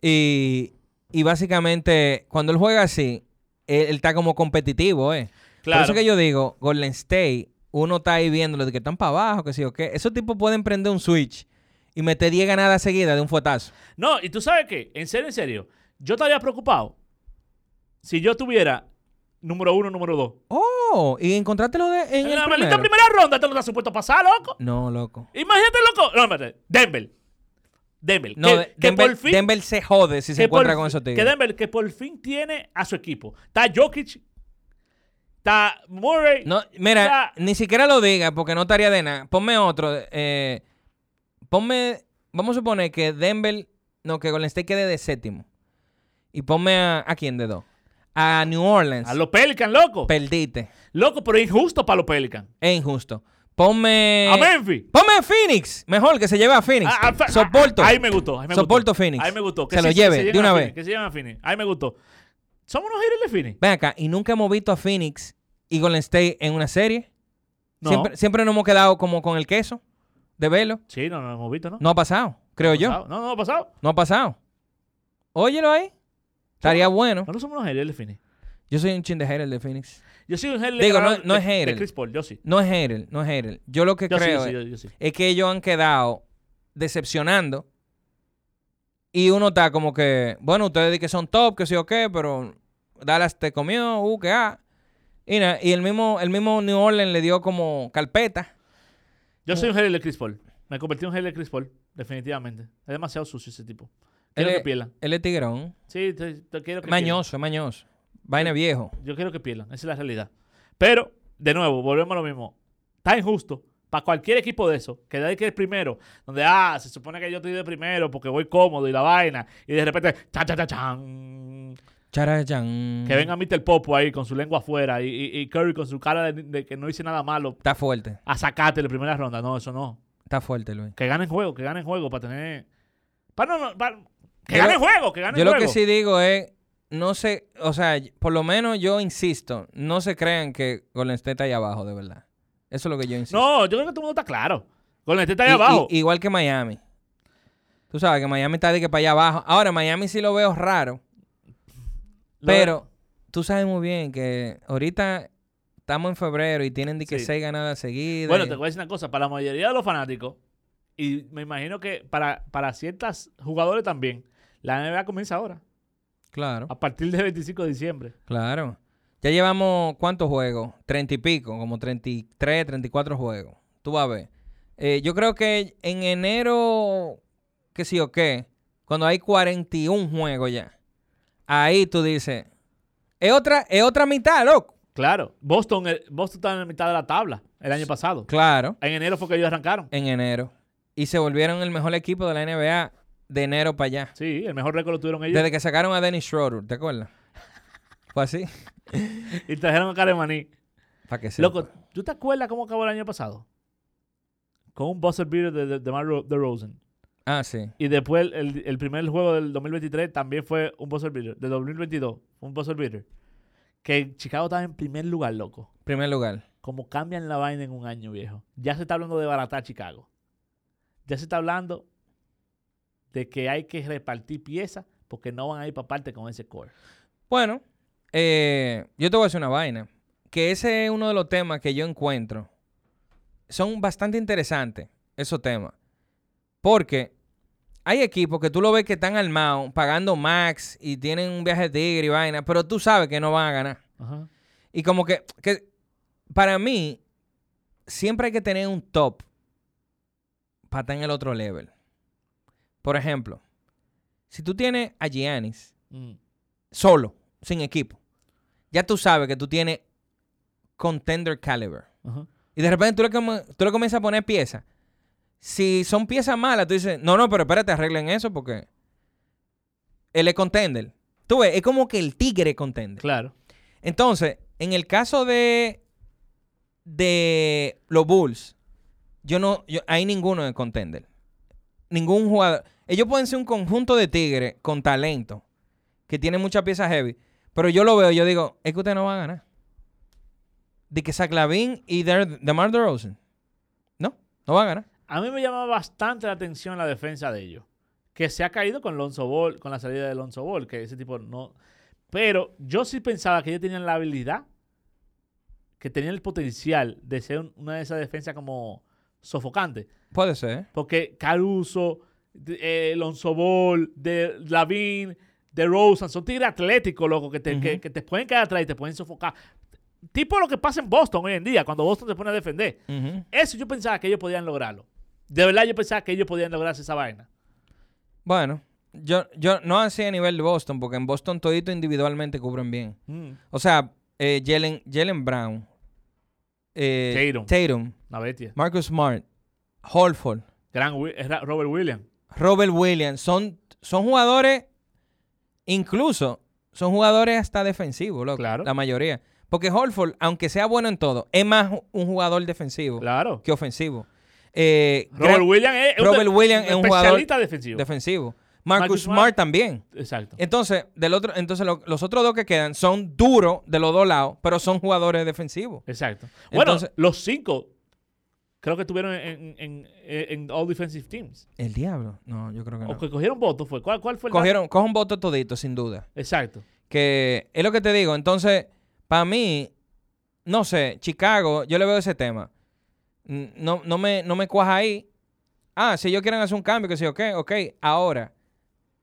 A: Y, y básicamente, cuando él juega así, él, él está como competitivo, ¿eh?
B: Claro.
A: Por eso que yo digo, Golden State, uno está ahí viéndolo de que están para abajo, que sí o qué. Esos tipos pueden prender un switch y meter 10 ganadas seguidas de un fuetazo.
B: No, y tú sabes qué, en serio, en serio, yo estaría preocupado si yo tuviera número uno, número dos.
A: ¡Oh! Y encontraste lo de. En,
B: En
A: el
B: la maldita
A: primero.
B: primera ronda te lo está supuesto a pasar, loco.
A: No, loco.
B: Imagínate, loco. No, espérate. Denver. Denver.
A: No,
B: que,
A: de-
B: que
A: Denver,
B: por fin.
A: Denver se jode si se
B: que por
A: encuentra con
B: fin-
A: esos
B: Que
A: tigres.
B: Denver, que por fin tiene a su equipo. Está Jokic. Está Murray.
A: No, mira,
B: Ya.
A: ni siquiera lo diga porque no estaría de nada. Ponme otro. eh, ponme. Vamos a suponer que Denver. No, que Golden State quede de séptimo. Y ponme a. ¿A quién de dos? A New Orleans.
B: A los Pelicans, loco.
A: Perdite.
B: loco, pero injusto para los Pelicans.
A: Es injusto. Ponme.
B: a Memphis.
A: Ponme a Phoenix. Mejor que se lleve a Eh, Phoenix.
B: Ah, ah,
A: Soporto.
B: ah, Ahí me gustó. Ahí me
A: Soporto
B: gustó.
A: Phoenix.
B: Ahí me gustó.
A: Se lo lleve, de
B: lleven a
A: una
B: Phoenix,
A: vez.
B: Que se lleven a Phoenix. Ahí me gustó. ¿Somos unos haters de Phoenix?
A: Ven acá. Y nunca hemos visto a Phoenix y Golden State en una serie.
B: No.
A: Siempre, siempre nos hemos quedado como con el queso de velo.
B: Sí, no, no lo hemos visto, ¿no?
A: No ha pasado, creo yo.
B: No, no, no ha pasado.
A: No ha pasado. Óyelo ahí. Estaría bueno.
B: No, no somos unos haters de Phoenix.
A: Yo soy un chin de hater de Phoenix.
B: Yo soy un hater
A: Digo,
B: de,
A: no- no
B: de-
A: es hater.
B: de Chris Paul, yo sí.
A: No es hater, no es hater. Yo lo que
B: Yo sí,
A: creo eh.
B: sí, yo,
A: es,
B: yo sí.
A: es que ellos han quedado decepcionando. Y uno está como que, bueno, ustedes dicen que son top, que sí o qué, pero Dallas te comió, uh, que ah. Y, na- y el, mismo, el mismo New Orleans le dio como carpeta.
B: Yo soy un hater de Chris Paul. Me convertí en un hater de Chris Paul, definitivamente. Es demasiado sucio ese tipo. Quiero
A: Él
B: que
A: es-
B: pierdan.
A: Él es tigrón.
B: Sí, te- te quiero que
A: Mañoso, es mañoso. Vaina viejo.
B: pierdan. Yo quiero que pierdan, esa es la realidad. Pero, de nuevo, volvemos a lo mismo. Está injusto para cualquier equipo de eso, que de que es primero, donde, ah, se supone que yo estoy de primero porque voy cómodo y la vaina, y de repente, cha, cha, cha, chan.
A: Charayán.
B: Que venga Mr. Popo ahí con su lengua afuera y, y- y Curry con su cara de, de que no hice nada malo
A: Está fuerte,
B: a sacarte la primera ronda. No, eso no.
A: está fuerte, Luis.
B: Que ganen juego, que ganen juego para tener. Para no, no, para- que
A: Yo-
B: ganen juego, que ganen
A: Yo lo
B: juego.
A: que sí digo es, no sé, o sea, por lo menos yo insisto, no se crean que Golden State está ahí abajo, de verdad. Eso es lo que yo insisto.
B: No, yo creo que todo el mundo está claro. Golden State está ahí
A: I-
B: abajo.
A: i- igual que Miami. Tú sabes que Miami está de que para allá abajo. Ahora, Miami sí lo veo raro,
B: Lo-
A: pero tú sabes muy bien que ahorita estamos en febrero y tienen de que
B: Sí.
A: seis ganadas seguidas.
B: Bueno, te voy a decir una cosa. Para la mayoría de los fanáticos, y me imagino que para, para ciertas jugadores también, la NBA comienza ahora,
A: Claro,
B: a partir del 25 de diciembre.
A: claro. Ya llevamos, ¿cuántos juegos? Treinta y pico, como 33, 34 juegos. Tú vas a ver. Eh, yo creo que en enero, qué sé yo qué, cuando hay 41 juegos ya, ahí tú dices, es otra, es otra mitad, loco.
B: Claro. Boston, eh, Boston estaba en la mitad de la tabla el año pasado.
A: Claro,
B: En enero fue que ellos arrancaron.
A: en enero. Y se volvieron el mejor equipo de la NBA de enero para allá.
B: Sí, el mejor récord lo tuvieron ellos.
A: Desde que sacaron a Dennis Schroeder, ¿te acuerdas? Fue así.
B: Y trajeron a Caremaní.
A: Para que se.
B: Loco, ¿tú te acuerdas cómo acabó el año pasado? Con un buzzer beater de, de, de Mar de Rosen.
A: Ah, sí.
B: Y después el, el- el primer juego del 2023 también fue un buzzer beater. Del 2022, un buzzer beater. Que Chicago estaba en primer lugar, loco.
A: Primer lugar.
B: Como cambian la vaina en un año, viejo. Ya se está hablando de baratar Chicago. Ya se está hablando de que hay que repartir piezas porque no van a ir para parte con ese core.
A: Bueno, eh, yo te voy a decir una vaina. Que ese es uno de los temas que yo encuentro. Son bastante interesantes esos temas. Porque hay equipos que tú lo ves que están armados, pagando max y tienen un viaje de tigre y vaina, pero tú sabes que no van a ganar.
B: Ajá.
A: Y como que, que para mí, siempre hay que tener un top para estar en el otro level. Por ejemplo, si tú tienes a Giannis
B: Mm.
A: solo, sin equipo, ya tú sabes que tú tienes contender caliber.
B: Ajá.
A: Y de repente tú le, com- tú le comienzas a poner piezas. Si son piezas malas, tú dices, no, no, pero espérate, arreglen eso porque él es contender. Tú ves, es como que el tigre es contender.
B: Claro.
A: Entonces, en el caso de de los Bulls, yo no, yo, hay ninguno de contender. Ningún jugador. Ellos pueden ser un conjunto de tigres con talento, que tiene muchas piezas heavy. Pero yo lo veo, yo digo, es que usted no va a ganar. De que Zach Lavin y de DeMar DeRozan. No, no va a ganar.
B: A mí me llama bastante la atención la defensa de ellos. Que se ha caído con Lonzo Ball, con la salida de Lonzo Ball, que ese tipo no. Pero yo sí pensaba que ellos tenían la habilidad, que tenían el potencial de ser un- una de esas defensas como sofocante.
A: Puede ser.
B: Porque Caruso, de- eh, Lonzo Ball, de Lavin, de Rosen, son tigres atléticos, loco, que te,
A: Ujú.
B: que- que te pueden quedar atrás y te pueden sofocar. Tipo lo que pasa en Boston hoy en día, cuando Boston te pone a defender.
A: Ujú.
B: Eso yo pensaba que ellos podían lograrlo. De verdad yo pensaba que ellos podían lograrse esa vaina.
A: Bueno, yo, yo no así a nivel de Boston, porque en Boston todito individualmente cubren bien. O sea, eh, Jalen, Jalen Brown, eh,
B: Tatum.
A: Tatum,
B: Una bestia.
A: Marcus Smart, Holford,
B: Gran Wi- eh, Ra- Robert Williams.
A: Robert Williams, son, son jugadores, incluso son jugadores hasta defensivos, loco,
B: Claro.
A: la mayoría. Porque Holford, aunque sea bueno en todo, es más ju- un jugador defensivo
B: Claro.
A: que ofensivo. Eh,
B: Robert
A: gran-
B: Williams es es un
A: Robert
B: de-
A: Williams
B: un
A: es un jugador
B: especialista defensivo.
A: defensivo. Marcus,
B: Marcus Smart.
A: Smart también.
B: Exacto.
A: Entonces, del otro, entonces lo- los otros dos que quedan son duros de los dos lados, pero son jugadores defensivos.
B: Exacto. Bueno,
A: Eh, Entonces-
B: los cinco creo que estuvieron en, en- en- en All Defensive Teams.
A: El diablo. No, yo creo que no.
B: O que cogieron votos fue. ¿Cuál, cuál fue el
A: Cogieron, cogen votos toditos, sin duda.
B: dato? Exacto.
A: Que es lo que te digo. Entonces, para mí, no sé, Chicago, yo le veo ese tema. N- No, no, me, no me cuaja ahí. Ah, si ellos quieren hacer un cambio, que sí, ok, ok. Ahora,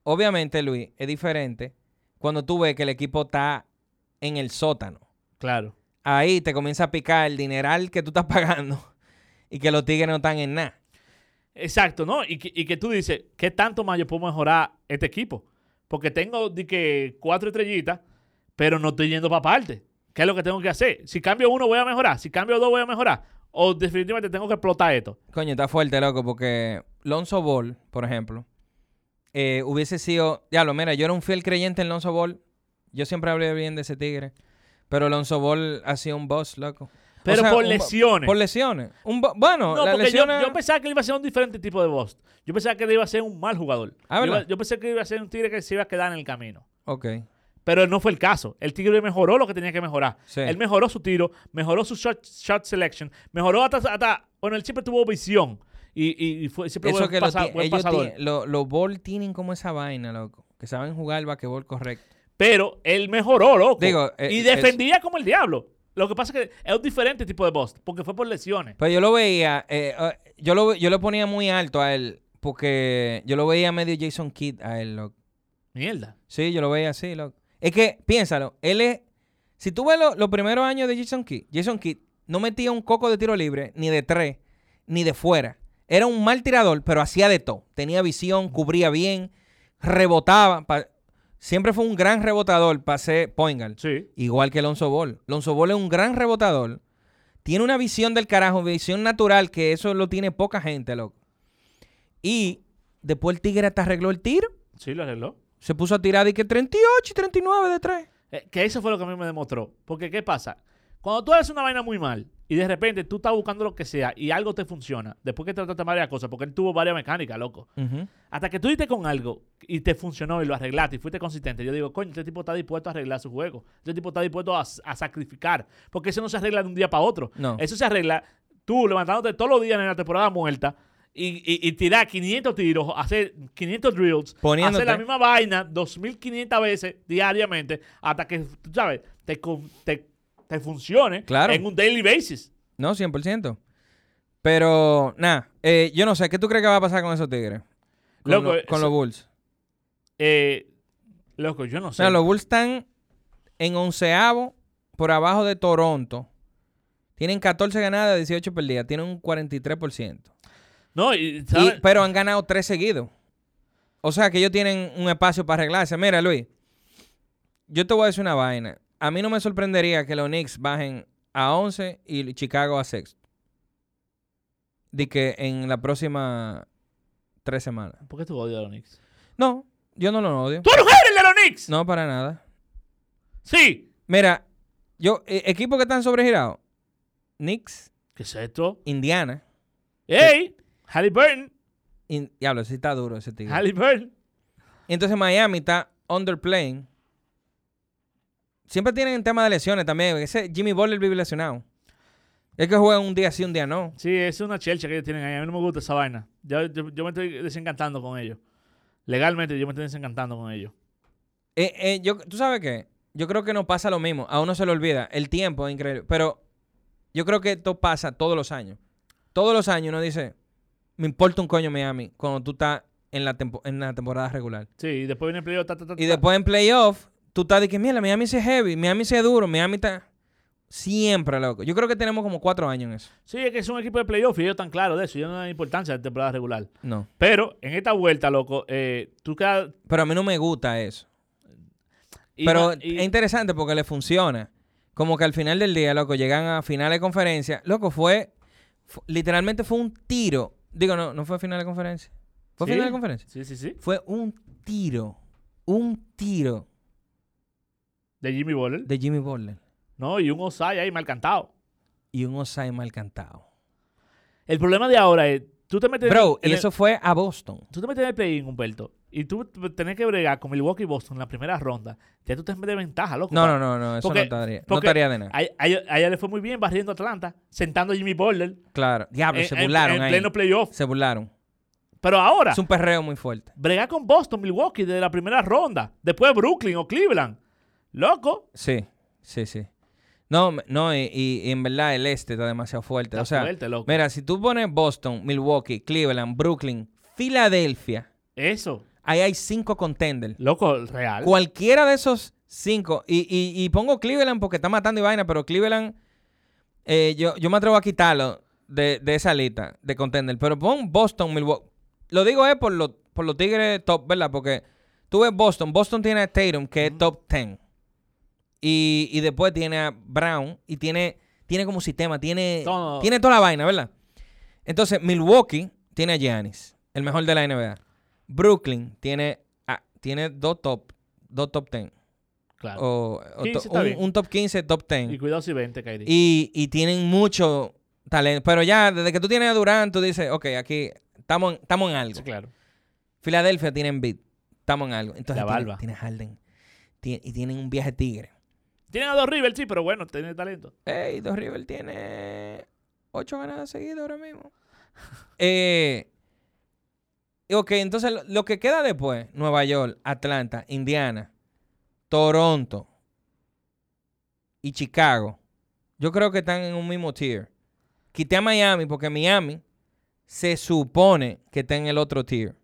A: obviamente, Luis, es diferente cuando tú ves que el equipo está en el sótano.
B: Claro.
A: Ahí te comienza a picar el dineral que tú estás *laughs* pagando y que los tigres no están en nada.
B: Exacto, ¿no? Y que, y que tú dices, ¿qué tanto más yo puedo mejorar este equipo? Porque tengo di que cuatro estrellitas, pero no estoy yendo para parte. ¿Qué es lo que tengo que hacer? Si cambio uno, voy a mejorar. Si cambio dos, voy a mejorar. O definitivamente tengo que explotar esto.
A: Coño, está fuerte, loco, porque Lonzo Ball, por ejemplo, eh, hubiese sido. Diablo, mira, yo era un fiel creyente en Lonzo Ball. Yo siempre hablé bien de ese tigre. Pero Alonso Ball ha sido un boss, loco. O
B: Pero
A: sea,
B: por
A: un bo-
B: lesiones.
A: Por lesiones. Un bo- bueno,
B: no,
A: las
B: porque yo,
A: lesiones...
B: yo pensaba que él iba a ser un diferente tipo de boss. Yo pensaba que él iba a ser un mal jugador.
A: Ah,
B: yo,
A: ¿verdad?
B: iba- yo pensé que iba a ser un tigre que se iba a quedar en el camino.
A: Ok.
B: Pero no fue el caso. El tigre mejoró lo que tenía que mejorar.
A: Sí.
B: Él mejoró su tiro, mejoró su shot, shot selection, mejoró hasta, hasta- Bueno, él siempre tuvo visión. Y, y- y fue, siempre
A: Eso
B: fue
A: que
B: buen,
A: lo
B: pasa-
A: ti-
B: buen
A: ellos ti-
B: pasador.
A: lo- los Ball tienen como esa vaina, loco. Que saben jugar el basquetbol correcto.
B: Pero él mejoró, loco.
A: Digo, eh,
B: y defendía como el diablo. Lo que pasa es que es un diferente tipo de boss, porque fue por lesiones.
A: Pero yo lo veía... eh, eh, yo, lo, yo lo ponía muy alto a él. Porque yo lo veía medio Jason Kidd a él, loco.
B: Mierda.
A: Sí, yo lo veía así, loco. Es que, piénsalo, él es... Si tú ves lo- los primeros años de Jason Kidd, Jason Kidd no metía un coco de tiro libre, ni de tres, ni de fuera. Era un mal tirador, pero hacía de todo. Tenía visión, cubría bien, rebotaba. pa- Siempre fue un gran rebotador para ser point guard.
B: Sí.
A: Igual que Lonzo Ball. Lonzo Ball es un gran rebotador. Tiene una visión del carajo, visión natural, que eso lo tiene poca gente, loco. Y después el Tigre hasta arregló el tiro.
B: Sí, lo arregló.
A: Se puso a tirar de que 38 y 39 de 3.
B: Eh, que eso fue lo que a mí me demostró. Porque, ¿qué pasa? Cuando tú haces una vaina muy mal y de repente tú estás buscando lo que sea y algo te funciona, después que trataste varias cosas, porque él tuvo varias mecánicas, loco. Hasta que tú diste con algo y te funcionó y lo arreglaste y fuiste consistente, yo digo, coño, este tipo está dispuesto a arreglar su juego. Este tipo está dispuesto a, a sacrificar. Porque eso no se arregla de un día para otro.
A: No.
B: Eso se arregla tú levantándote todos los días en la temporada muerta y, y- y tirar 500 tiros, hacer 500 drills,
A: Poniéndote.
B: hacer la misma vaina 2500 veces diariamente hasta que, tú sabes, te, con- te, te funcione
A: Claro.
B: en un daily basis.
A: No, 100%. Pero, nada, eh, yo no sé, ¿qué tú crees que va a pasar con esos tigres? Con,
B: Loco,
A: lo- con
B: eso-
A: los Bulls.
B: Eh, loco, yo no
A: O
B: sé.
A: sea, los Bulls están en onceavo por abajo de Toronto. Tienen 14 ganadas, 18 perdidas. Tienen un 43%.
B: No, y,
A: Y-
B: ¿sabes?
A: pero han ganado tres seguidos. O sea que ellos tienen un espacio para arreglarse. Mira, Luis, yo te voy a decir una vaina. A mí no me sorprendería que los Knicks bajen a 11 y Chicago a sexto. De que en la próxima tres semanas.
B: ¿Por qué tú odias a los Knicks?
A: No, yo no lo odio.
B: ¡Tú eres un hater de los Knicks!
A: No, para nada.
B: Sí.
A: Mira, yo, e- equipos que están sobregirados. Knicks,
B: ¿Qué es esto?
A: Indiana.
B: ¡Ey! Halliburton.
A: In- Diablo, sí está duro ese tigre.
B: Halliburton.
A: Y Entonces Miami está underplaying. Siempre tienen el tema de lesiones también. Ese Jimmy Butler vive lesionado. Es que juega un día sí, un día no.
B: Sí, es una chelcha que ellos tienen ahí. A mí no me gusta esa vaina. Yo, yo- yo me estoy desencantando con ellos. Legalmente yo me estoy desencantando con ellos.
A: Eh, eh, yo, ¿Tú sabes qué? Yo creo que no pasa lo mismo. A uno se le olvida. El tiempo es increíble. Pero yo creo que esto pasa todos los años. Todos los años uno dice, me importa un coño Miami cuando tú estás en la, tempo- en la temporada regular.
B: Sí, y después viene el playoff. ta, ta, ta,
A: Y
B: ta.
A: después en playoff, tú estás de que, mira, Miami sí es heavy, Miami sí es duro, Miami está... Siempre, loco. Yo creo que tenemos como cuatro años en eso.
B: Sí, es que es un equipo de playoff y ellos están claros de eso. Ellos no dan importancia a la temporada regular.
A: No.
B: Pero en esta vuelta, loco, eh, tú quedas...
A: Pero a mí no me gusta eso.
B: y-
A: Pero
B: y-
A: es interesante porque le funciona. Como que al final del día, loco, llegan a finales de conferencia. Loco, fue, fu- Literalmente fue un tiro. Digo, no, no fue final de conferencia. ¿Fue
B: Sí.
A: final de conferencia?
B: Sí, sí, sí.
A: Fue un tiro. Un tiro
B: De Jimmy Butler.
A: de Jimmy Butler.
B: No, y un Osai ahí mal cantado.
A: Y un Osai mal cantado.
B: El problema de ahora es... Tú te metes
A: Bro,
B: en
A: y
B: el-
A: eso fue a Boston.
B: tú te metes en el play-in, Humberto, y tú t- tenés que bregar con Milwaukee y Boston en la primera ronda, ya tú te metes de ventaja, loco.
A: No, no, no, no. Eso
B: Porque-
A: no estaría, no
B: porque-
A: estaría de nada.
B: A, a ellos- a ella le fue muy bien barriendo a Atlanta, sentando a Jimmy Butler
A: Claro. Diablo,
B: en,
A: Ah, se
B: en-
A: burlaron
B: en
A: ahí.
B: pleno Ah. playoff.
A: Se burlaron.
B: Pero ahora,
A: Es un perreo muy fuerte.
B: bregar con Boston, Milwaukee desde la primera ronda, después Brooklyn o Cleveland. Loco,
A: Sí, sí, sí. No, me- no, y, y- y en verdad el este está demasiado fuerte.
B: Está
A: o sea,
B: fuerte, loco.
A: mira, si tú pones Boston, Milwaukee, Cleveland, Brooklyn, Filadelfia,
B: eso,
A: ahí hay cinco contenders.
B: loco, real.
A: Cualquiera de esos cinco, y, y- y pongo Cleveland porque está matando y vaina, pero Cleveland, eh, yo, yo me atrevo a quitarlo de, de esa lista de contender. Pero pon Boston, Milwaukee. Lo digo es por, los por los Tigres top, ¿verdad? Porque tú ves Boston, Boston tiene a Tatum, que es top 10. Y, y después tiene a Brown y tiene, tiene como sistema, tiene,
B: Todo.
A: tiene toda la vaina, ¿verdad? Entonces, Milwaukee tiene a Giannis, el mejor de la NBA. Brooklyn tiene, a- tiene dos top, dos top 10.
B: Claro.
A: o, o
B: 15
A: to-
B: Ah. está
A: un,
B: bien.
A: un top 15, top 10.
B: Y cuidado si 20, Kairi.
A: Y, y tienen mucho talento. Pero ya, desde que tú tienes a Durán, tú dices, ok, aquí estamos en, estamos en algo.
B: Sí, claro.
A: Filadelfia tiene Embiid, estamos en algo. Entonces
B: La
A: tiene-
B: barba.
A: tiene Harden. Tie- y tienen un viaje tigre.
B: Tienen a dos River, sí, pero bueno, tiene talento.
A: Ey, Dos River tiene ocho ganadas seguidas ahora
B: *laughs*
A: mismo. Eh, ok, entonces lo, lo que queda después, Nueva York, Atlanta, Indiana, Toronto y Chicago, yo creo que están en un mismo tier. Quité a Miami porque Miami se supone que está en el otro tier.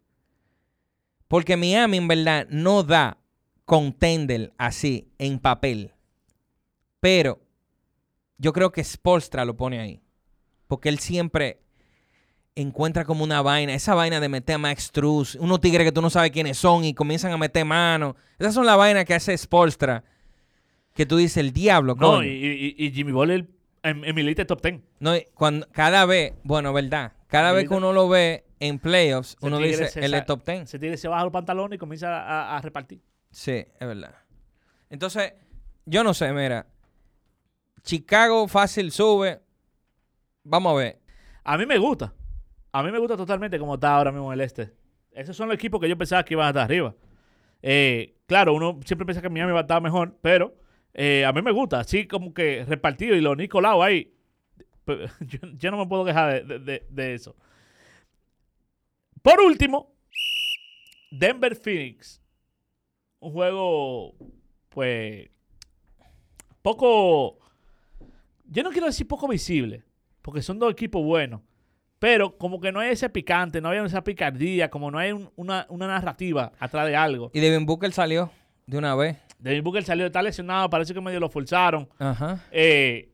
A: Porque Miami en verdad no da contender así en papel. Pero yo creo que Spolstra lo pone ahí. Porque él siempre encuentra como una vaina, esa vaina de meter a Max Struz, unos tigres que tú no sabes quiénes son y comienzan a meter mano. Esas son las vainas que hace Spolstra. Que tú dices, el diablo, coño.
B: No, y, y- y Jimmy Butler en, en mi lista de top 10.
A: No, y cuando, cada vez, bueno, verdad, cada vez que
B: Ahorita-
A: uno lo ve en playoffs,
B: Ese
A: uno
B: tigre
A: dice,
B: se
A: él es
B: sa-
A: top 10.
B: Se tira, se baja los pantalones y comienza a, a repartir.
A: Sí, es verdad. Entonces, yo no sé, mira, Chicago fácil sube, vamos a ver.
B: A mí me gusta. A mí me gusta totalmente como está ahora mismo el este. Esos son los equipos que yo pensaba que iban a estar arriba. Eh, claro, uno siempre piensa que Miami va a estar mejor, pero eh, a mí me gusta. Así como que repartido y los Nicolau ahí. Pero *laughs* Yo, yo no me puedo quejar de, de- de eso. Por último, Denver Phoenix. Un juego, pues, poco... Yo no quiero decir poco visible, porque son dos equipos buenos. Pero como que no hay ese picante, no hay esa picardía, como no hay un- una, una narrativa atrás de algo.
A: Y Devin Booker salió de una vez.
B: Devin Booker salió, está lesionado, parece que medio lo forzaron.
A: Ajá.
B: Eh,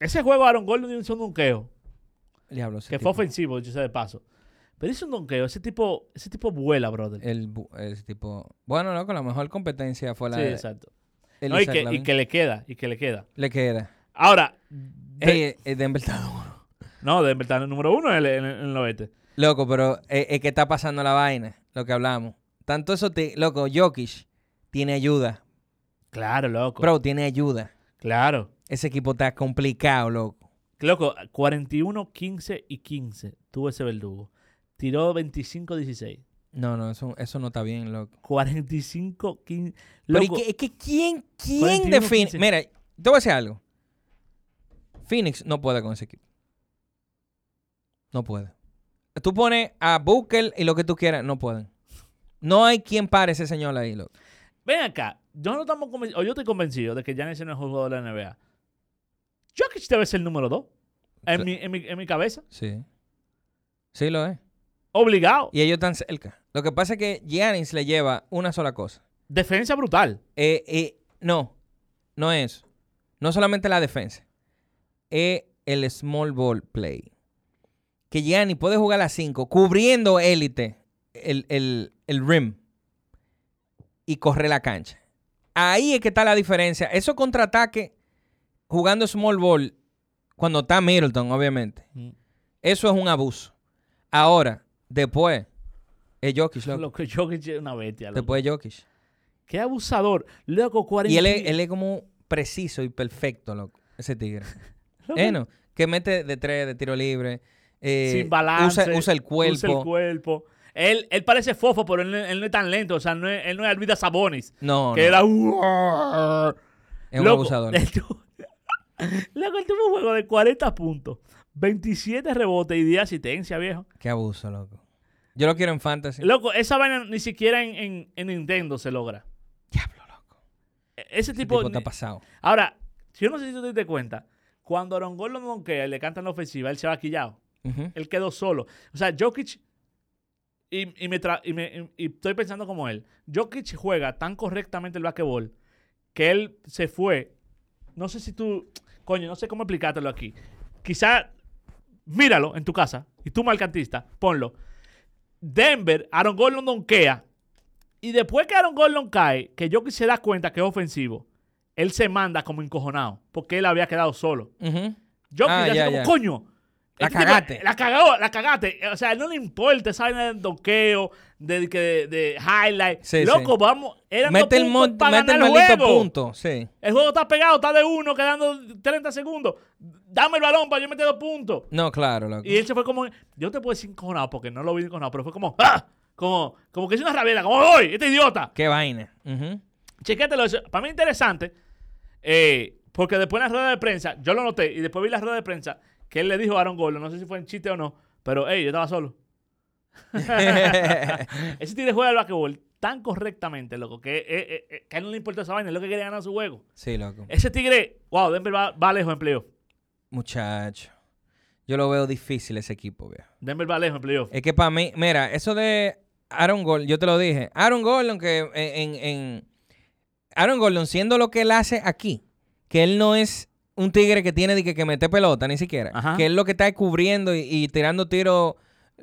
B: ese juego Aaron Gordon hizo un donqueo,
A: Diablo, ese
B: que
A: tipo.
B: fue ofensivo, yo sé de paso. Pero hizo un donqueo, ese tipo, ese tipo vuela, brother.
A: El, bu- ese tipo. Bueno, loco, la mejor competencia fue la
B: sí,
A: de
B: exacto.
A: el
B: No, y,
A: Isaac
B: que, y
A: Lavin.
B: que le queda, y que le queda.
A: Le queda.
B: Ahora,
A: Ey,
B: de-
A: eh, Denver está duro.
B: no, Denver está en el número uno en el, en el- en el oeste.
A: Loco, pero eh, es que está pasando la vaina, lo que hablamos. Tanto eso te. Loco, Jokic tiene ayuda.
B: Claro, loco.
A: Bro, tiene ayuda.
B: Claro.
A: Ese equipo está complicado, loco.
B: Loco, 41, 15 y 15 tuvo ese verdugo. Tiró 25, 16.
A: No, no, eso, eso no está bien, loco.
B: 45, 15.
A: Pero
B: Loco,
A: es que, es que ¿quién, quién
B: 41,
A: de Phoenix?
B: 15.
A: Mira, te voy a decir algo. Phoenix no puede con ese equipo. No puede. Tú pones a Booker y lo que tú quieras, no pueden. No hay quien pare ese señor ahí, loco.
B: Ven acá, yo no estamos conven- o yo estoy convencido de que Giannis no es jugador de la NBA. Jokic debe ser el número 2 en,
A: Sí.
B: mi, en, mi, en mi cabeza.
A: Sí. Sí lo es.
B: Obligado.
A: Y ellos están cerca. Lo que pasa es que Giannis le lleva una sola cosa.
B: Defensa brutal.
A: Eh, eh, no, no es. eso. No solamente la defensa. Es el small ball play. Que Gianni puede jugar a 5 cubriendo élite el, el- el rim y correr la cancha. Ahí es que está la diferencia. Eso contraataque jugando small ball cuando está Middleton, obviamente. Eso es un abuso. Ahora, después, es Jokic, loco.
B: Lo que Jokic es una bestia. loco.
A: Después es Jokic.
B: Qué abusador. Loco, 40.
A: Y él es, él es como preciso y perfecto, loco. Ese tigre.
B: *laughs* Loco,
A: Eh, no, que mete de tres, de tiro libre. eh,
B: sin balance.
A: Usa, usa el cuerpo.
B: Usa el cuerpo. Él, él parece fofo, pero él, no- él no es tan lento. O sea, no es- él no es Alvida Sabonis.
A: No,
B: que
A: no,
B: era.
A: es un
B: Loco, *laughs*
A: abusador.
B: él tuvo- Loco, él tuvo un juego de 40 puntos, 27 rebotes y 10 asistencias, viejo.
A: Qué abuso, loco. Yo lo quiero en fantasy.
B: Loco, esa vaina ni siquiera en, en- en Nintendo se logra.
A: Diablo, loco.
B: E- Ese
A: Ese
B: tipo.
A: tipo está
B: ni-
A: pasado.
B: Ahora, yo no sé si tú te diste cuenta, cuando Aaron Gordon donkea y le cantan la ofensiva, él se va quillado.
A: Ujú.
B: Él quedó solo. O sea, Jokic. Y, y me tra- y me- y- y estoy pensando como él. Jokic juega tan correctamente el basquetbol que él se fue. No sé si tú. Coño, no sé cómo explicártelo aquí. Quizá míralo en tu casa y tú, marcantista, ponlo. Denver, Aaron Gordon donkea. Y después que Aaron Gordon cae, que Jokic se da cuenta que es ofensivo, él se manda como encojonado porque él había quedado solo.
A: Ujú.
B: Jokic
A: Ah,
B: hace
A: ya,
B: como,
A: ya.
B: coño,
A: La
B: Este tipo,
A: cagaste.
B: La cagó, la cagaste. O sea, no le importa esa vaina del doqueo, de, que de, highlight.
A: Sí,
B: Loco,
A: sí.
B: vamos. Eran
A: Mete el,
B: dos puntos
A: mon-
B: para
A: mete el
B: ganar el
A: maldito
B: juego.
A: punto. Sí.
B: El juego está pegado, está de uno, quedando 30 segundos. Dame el balón para yo meter dos puntos.
A: No, claro, loco.
B: Y él se fue como. Yo te puedo decir encojonado porque no lo vi encojonado, pero fue como. ¡Ah! Como, como que es una rabela, como voy, este idiota.
A: Qué vaina. Ujú.
B: Chequételo eso. Para mí interesante, eh, porque después en la rueda de prensa, yo lo noté, y después vi la rueda de prensa que él le dijo a Aaron Gordon, no sé si fue en chiste o no, pero hey, yo estaba solo.
A: *laughs*
B: Ese tío juega al basquetbol tan correctamente, loco, que, eh, eh, eh, que a él no le importa esa vaina, es lo que quiere ganar su juego.
A: sí, loco.
B: Ese tigre, wow, Denver va, va lejos en playoff.
A: Muchacho. Yo lo veo difícil ese equipo, viejo.
B: Denver va lejos en playoff.
A: Es que para mí, mira, eso de Aaron Gordon, yo te lo dije. Aaron Gordon, que en, en- en- Aaron Gordon, siendo lo que él hace aquí, que él no es un tigre que tiene de que, que mete pelota, ni siquiera.
B: Ajá.
A: Que él lo que está es cubriendo y, y tirando tiros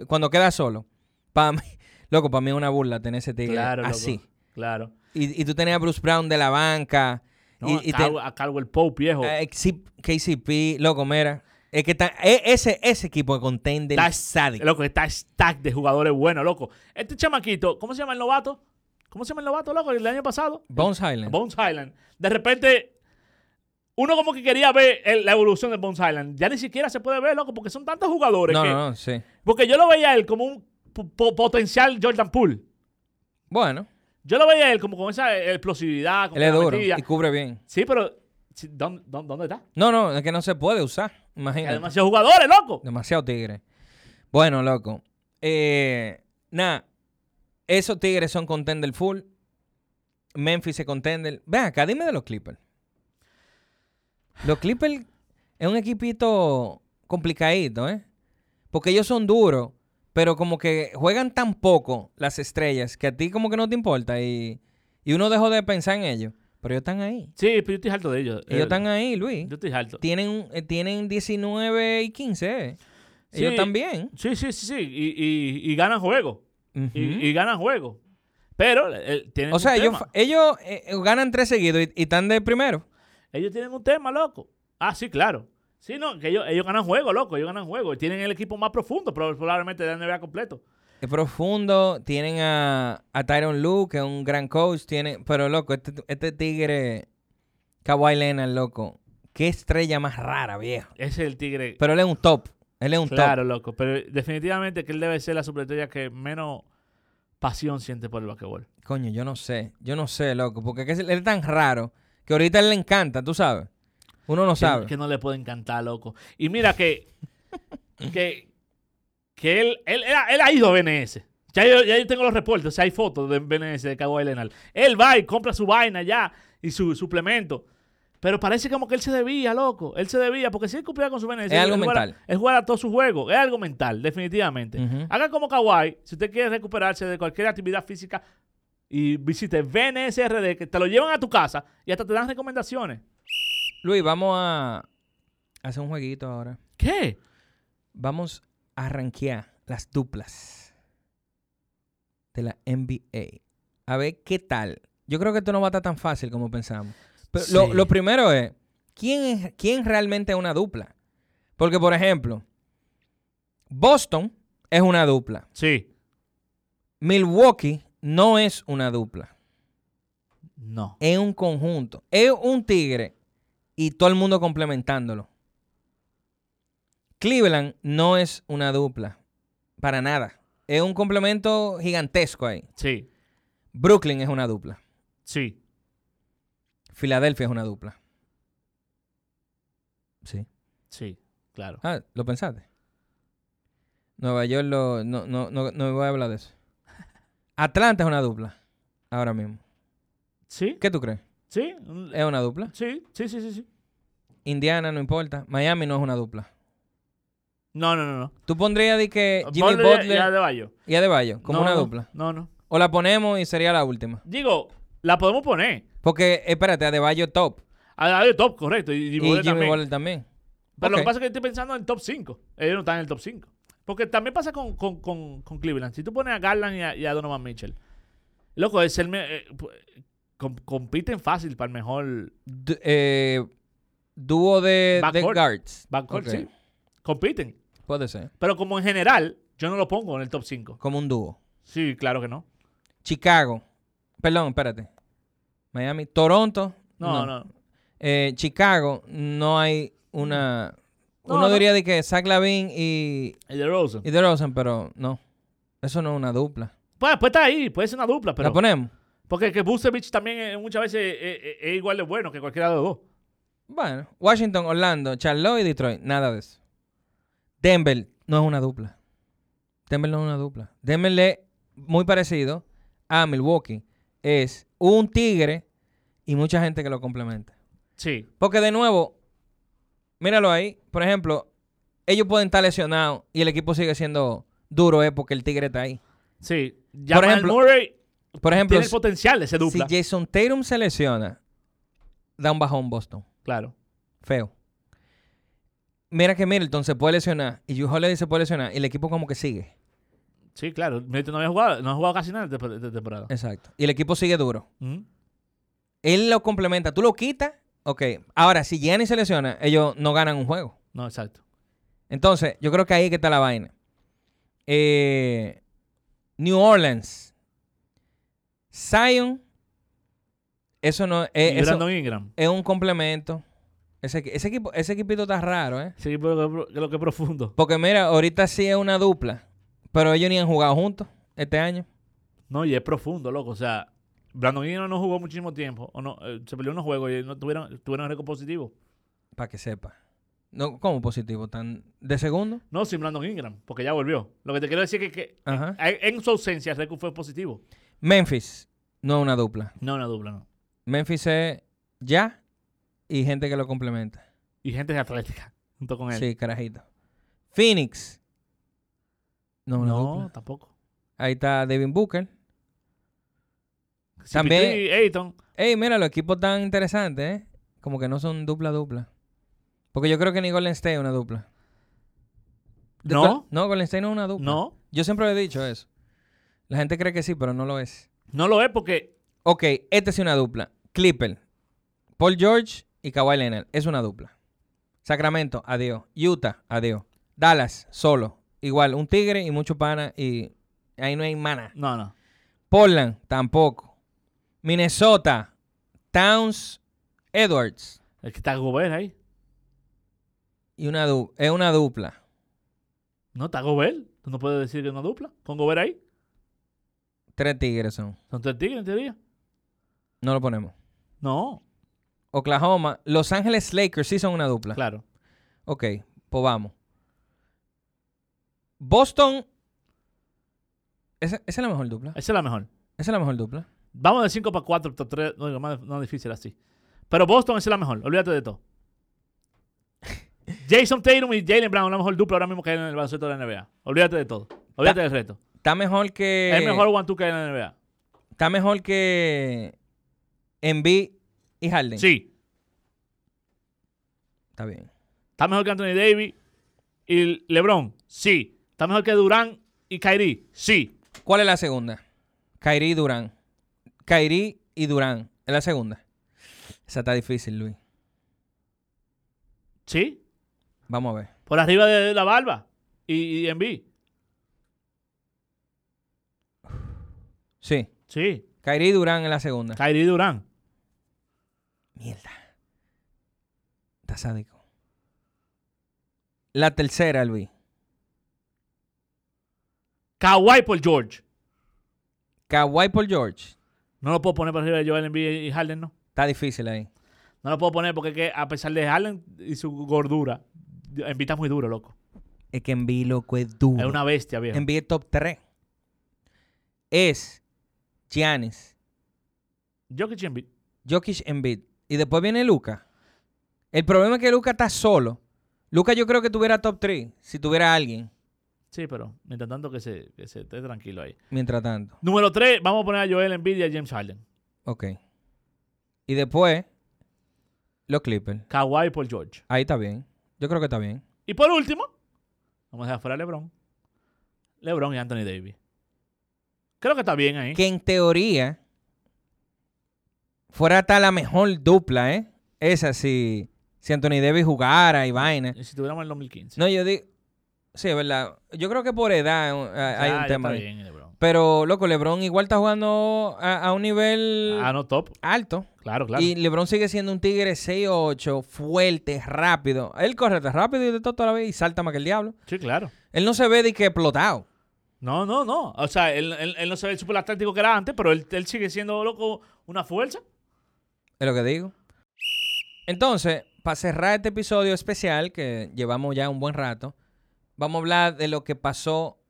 A: cuando queda solo. Para mí, *laughs* loco, para mí es una burla tener ese tigre
B: Claro, loco.
A: así.
B: Claro.
A: Y, y tú tenías a Bruce Brown de la banca.
B: No,
A: y, y
B: a,
A: te- Eh,
B: Cal- a Caldwell Pope, viejo.
A: a Exi- KCP, loco, mira. Es que está, e- ese, ese equipo de contender
B: Está-
A: es sádico.
B: Loco, está stack de jugadores buenos, loco. Este chamaquito, ¿cómo se llama el novato? ¿Cómo se llama el novato, loco? El año pasado.
A: Bones Highland.
B: Bones Island. De repente, uno como que quería ver el- la evolución de Bones Island. Ya ni siquiera se puede ver, loco, porque son tantos jugadores.
A: No,
B: que-
A: no, no, sí.
B: Porque yo lo veía a él como un po- po- potencial Jordan Poole.
A: Bueno,
B: Yo lo veía a él como con esa explosividad. Con
A: él es
B: la
A: duro
B: metida.
A: y cubre bien.
B: Sí, pero sí, ¿dónde, dónde- dónde está?
A: No, no, es que no se puede usar.
B: Hay
A: Imagínate.
B: demasiados jugadores, loco.
A: Demasiado tigre. Bueno, loco. Eh, Nada. Esos tigres son contender full. Memphis es contender. Ven acá, dime de los Clippers. Los Clippers es un equipito complicadito, ¿eh? Porque ellos son duros, pero como que juegan tan poco las estrellas que a ti como que no te importa y, y uno dejó de pensar en ellos. Pero ellos están ahí.
B: Sí, pero yo estoy harto de ellos.
A: Ellos
B: Eh,
A: están ahí, Luis.
B: Yo estoy harto.
A: Tienen, un- eh, tienen 19 y 15. eh. Ellos
B: Sí.
A: también.
B: Sí, sí, sí, sí. Y, y- y ganan juego.
A: Ujú.
B: Y, y ganan juego. Pero eh, tienen
A: o sea,
B: un
A: ellos,
B: tema.
A: fa- ellos eh, eh, ganan tres seguidos y, y están de primero.
B: Ellos tienen un tema, loco. Ah, sí, claro. Sí, no, que ellos, ellos ganan juego, loco. Ellos ganan juego. Y tienen el equipo más profundo, prob- probablemente de la NBA completo.
A: Es profundo. Tienen a, a Tyron Lue, que es un gran coach. Tiene, pero, loco, este, este tigre, Kawhi Leonard, loco. Qué estrella más rara, viejo.
B: Ese es el tigre.
A: Pero él es un top. Él es un
B: claro,
A: top.
B: loco. Pero definitivamente que él debe ser la superestrella que menos pasión siente por el basquetbol.
A: Coño, yo no sé. Yo no sé, loco. Porque es que él es tan raro que ahorita a él le encanta, tú sabes. Uno no
B: Que,
A: sabe.
B: que no le puede encantar, loco. Y
A: *laughs*
B: mira que. que. Que él, él, él ha- él ha ido a BNS. Ya yo, ya yo tengo los reportes, o sea, hay fotos de BNS de Kawhi Leonard. Él va y compra su vaina ya y su suplemento. Pero parece como que él se debía, loco. Él se debía, porque si él cumplía con su BNS.
A: Es algo
B: él jugara-
A: mental.
B: Él juega todo su juego. Es algo mental, definitivamente.
A: Ujú.
B: Haga como Kawhi, si usted quiere recuperarse de cualquier actividad física y visite BNSRD, que te lo llevan a tu casa y hasta te dan recomendaciones.
A: Luis, vamos a hacer un jueguito ahora.
B: ¿Qué?
A: Vamos a rankear las duplas de la NBA. A ver qué tal. Yo creo que esto no va a estar tan fácil como pensamos. Pero lo,
B: Sí.
A: lo primero es, ¿quién, es- ¿quién realmente es una dupla? Porque, por ejemplo, Boston es una dupla.
B: Sí.
A: Milwaukee no es una dupla.
B: No.
A: Es un conjunto. Es un tigre y todo el mundo complementándolo. Cleveland no es una dupla. Para nada. Es un complemento gigantesco ahí.
B: Sí.
A: Brooklyn es una dupla.
B: Sí.
A: Filadelfia es una dupla. Sí.
B: Sí. Claro.
A: Ah, ¿lo pensaste? Nueva York lo- no, no, no, no voy a hablar de eso. Atlanta es una dupla. Ahora mismo.
B: Sí.
A: ¿Qué tú crees?
B: Sí.
A: ¿Es una dupla?
B: Sí. Sí, sí, sí, sí.
A: Indiana no importa. Miami no es una dupla.
B: No, no, no, no.
A: ¿Tú pondrías de que Eh, Jimmy
B: Ponle
A: Butler
B: Ya, ya de Bayo.
A: y Adebayo como
B: No,
A: una
B: no,
A: dupla?
B: No, no.
A: ¿O la ponemos y sería la última?
B: Digo, la podemos poner.
A: Porque, espérate, Adebayo top.
B: A la de top, correcto. Y,
A: Y,
B: Jimmy Butler
A: Jimmy
B: también.
A: Butler también.
B: Pero lo
A: Ok.
B: que pasa es que estoy pensando en el top 5. Ellos no están en el top 5. Porque también pasa con, con, con, con Cleveland. Si tú pones a Garland y a, y a Donovan Mitchell, loco, es el. me- eh, pu- com- compiten fácil para el mejor
A: Du- eh, dúo de, de
B: Backcourt.
A: guards.
B: backcourt,
A: Ok.
B: sí. Compiten.
A: Puede ser.
B: Pero como en general, yo no lo pongo en el top 5.
A: Como un dúo.
B: Sí, claro que no.
A: Chicago. Perdón, espérate. Miami. Toronto.
B: No, no.
A: Eh, Chicago, no hay una.
B: No,
A: uno
B: no.
A: diría de que Zach Lavin y,
B: El de Rosen.
A: y DeRozan, pero no. Eso no es una dupla.
B: Pues, pues está ahí, puede ser una dupla, pero.
A: ¿La ponemos?
B: Porque que Busevich también eh, muchas veces eh, eh, es igual de bueno que cualquiera de los dos.
A: Bueno, Washington, Orlando, Charlotte y Detroit. Nada de eso. Denver no es una dupla. Denver no es una dupla. Denver es muy parecido a Milwaukee. Es un tigre y mucha gente que lo complementa.
B: Sí.
A: Porque de nuevo, míralo ahí. Por ejemplo, ellos pueden estar lesionados y el equipo sigue siendo duro, es porque el tigre está ahí.
B: Sí. Jamal
A: ejemplo,
B: Murray
A: Por ejemplo,
B: tiene el potencial de ser
A: si
B: dupla.
A: Jason Tatum se lesiona, da un bajón Boston.
B: Claro.
A: Feo. Mira que Middleton se puede lesionar y Drew Holiday se puede lesionar y el equipo como que sigue.
B: Sí, claro. Middleton no había jugado, no ha jugado casi nada esta temp- esta temporada. Mm.
A: Exacto. Y el equipo sigue duro.
B: Ujú.
A: Él lo complementa. Tú lo quitas. Ok. Ahora, si Gianni se lesiona, ellos no ganan un juego.
B: No, exacto.
A: Entonces, yo creo que ahí es que está la vaina. Eh, New Orleans. Zion. Eso no eh,
B: y
A: eso
B: Brandon Ingram.
A: es un complemento. Ese, equi- ese equipo, ese equipito está raro, ¿eh?
B: Sí, pero que, pro- que lo que es profundo.
A: Porque mira, ahorita sí es una dupla, pero ellos ni han jugado juntos este año.
B: No, y es profundo, loco. O sea, Brandon Ingram no jugó muchísimo tiempo. O no, eh, se perdió unos juegos y no tuvieron, tuvieron récord positivo.
A: Para que sepa. No, ¿Cómo positivo? ¿Tan de segundo?
B: No, sin Brandon Ingram, porque ya volvió. Lo que te quiero decir es que, que
A: Ajá.
B: Eh, en su ausencia el récord fue positivo.
A: Memphis, no es una dupla.
B: No, una dupla, no.
A: Memphis es ya y gente que lo complementa.
B: Y gente de Atlética, junto con él.
A: Sí, carajito. Phoenix. No, es una
B: No,
A: dupla.
B: tampoco.
A: Ahí está Devin Booker. También-
B: También. Ayton.
A: Ey, mira, los equipos tan interesantes, ¿eh? Como que no son dupla-dupla. Porque yo creo que ni Golden State es una dupla. De-
B: No,
A: No, Golden State no es una dupla.
B: no.
A: Yo siempre lo he dicho eso. La gente cree que sí, pero no lo es.
B: No lo es porque.
A: Ok, esta es una dupla. Clipper, Paul George y Kawhi Leonard. Es una dupla. Sacramento, adiós. Utah, adiós. Dallas, solo. Igual, un tigre y mucho pana y ahí no hay mana.
B: No, no.
A: Portland, tampoco. Minnesota, Towns, Edwards.
B: Es que está Gobert ahí.
A: Y una du- es una dupla.
B: No, está Gobert. Tú no puedes decir que es una dupla. Con Gobert ahí.
A: Tres tigres son.
B: Son tres tigres en teoría.
A: No lo ponemos.
B: No,
A: Oklahoma, Los Ángeles Lakers sí son una dupla.
B: claro.
A: Ok, pues vamos. Boston. Esa, esa es la mejor dupla.
B: Esa es la mejor.
A: Esa es la mejor dupla.
B: Vamos de 5 para 4, top 3. No, digo, más no difícil así. Pero Boston esa es la mejor. Olvídate
A: *laughs*
B: de todo. Jason Tatum y Jalen Brown, la mejor dupla ahora mismo que hay en el baloncesto de la NBA. Olvídate de todo. Olvídate del resto.
A: Está mejor que.
B: Es el mejor one two que hay en la NBA.
A: Está mejor que. Embiid y Harden.
B: Sí.
A: Está bien.
B: ¿Está mejor que Anthony Davis y LeBron? Sí. ¿Está mejor que Durán y Kyrie? Sí.
A: ¿Cuál es la segunda? Kyrie y Durán. Kyrie y Durán. Es la segunda. Esa está difícil, Luis.
B: ¿Sí?
A: Vamos a ver.
B: Por arriba de la barba y, y Embiid.
A: Sí.
B: Sí.
A: Kyrie y Durán es la segunda.
B: Kyrie y Durán.
A: Mierda. Está sádico. La tercera, Luis.
B: Kawhi por George.
A: Kawhi por George.
B: No lo puedo poner por arriba de Joel Embiid y Harden, no.
A: Está difícil ahí.
B: No lo puedo poner porque es que a pesar de Harden y su gordura, Embiid está muy duro, loco.
A: Es que Envy, loco, es duro.
B: Es una bestia, viejo.
A: Envy es top 3. Es Giannis,
B: Jokic y Embiid.
A: Jokic, Embiid. Y después viene Luca. El problema es que Luca está solo. Luca yo creo que tuviera top 3 si tuviera alguien,
B: Sí, pero mientras tanto que se, que se esté tranquilo ahí.
A: mientras tanto.
B: Número 3, vamos a poner a Joel Embiid y a James Harden.
A: Ok. Y después, los Clippers.
B: Kawhi por George.
A: Ahí está bien. Yo creo que está bien.
B: Y por último, vamos a dejar fuera a LeBron. LeBron y Anthony Davis. Creo que está bien ahí.
A: Que en teoría fuera hasta la mejor dupla, ¿eh? Esa si, si Anthony Davis jugara y vaina.
B: Y Si tuviéramos el 2015.
A: No, yo digo. Sí, es verdad. Yo creo que por edad eh, hay
B: Ah,
A: un
B: ya
A: tema.
B: está
A: ahí.
B: bien, LeBron.
A: Pero, loco, LeBron igual está jugando a, a un nivel
B: Ah, no, top.
A: alto.
B: Claro, claro.
A: Y LeBron sigue siendo un tigre 6'8", fuerte, rápido. Él corre tan rápido y de todo toda la vez y salta más que el diablo.
B: Sí, claro.
A: Él no se ve de que explotado.
B: No, no, no. O sea, él, él- él no se ve el super atlético que era antes, pero él, él sigue siendo loco una fuerza.
A: Es lo que digo. Entonces, para cerrar este episodio especial, que llevamos ya un buen rato, vamos a hablar de lo que pasó,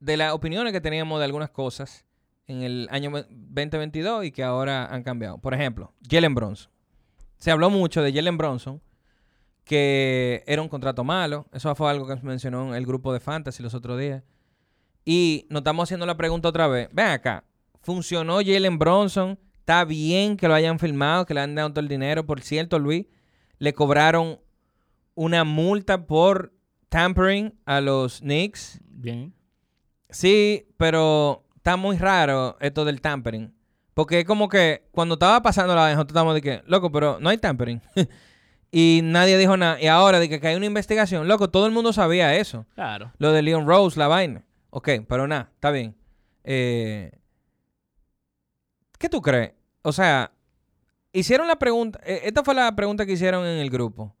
A: de las opiniones que teníamos de algunas cosas en el año ve- 2022 y que ahora han cambiado. Por ejemplo, Jalen Bronson. Se habló mucho de Jalen Bronson, que era un contrato malo. Eso fue algo que mencionó el grupo de Fantasy los otros días. Y nos estamos haciendo la pregunta otra vez. Ven acá, funcionó Jalen Bronson. Está bien que lo hayan filmado, que le han dado todo el dinero. Por cierto, Luis, le cobraron una multa por tampering a los Knicks.
B: Bien.
A: Sí, pero está muy raro esto del tampering. Porque es como que cuando estaba pasando la vaina, nosotros estábamos de que, loco, pero no hay tampering. *laughs* y nadie dijo nada. Y ahora de que, que hay una investigación, loco, todo el mundo sabía eso.
B: Claro.
A: Lo de Leon Rose, la vaina. Ok, pero nada, está bien. Eh, ¿Qué tú crees? O sea, hicieron la pregunta. eh, esta fue la pregunta que hicieron en el grupo.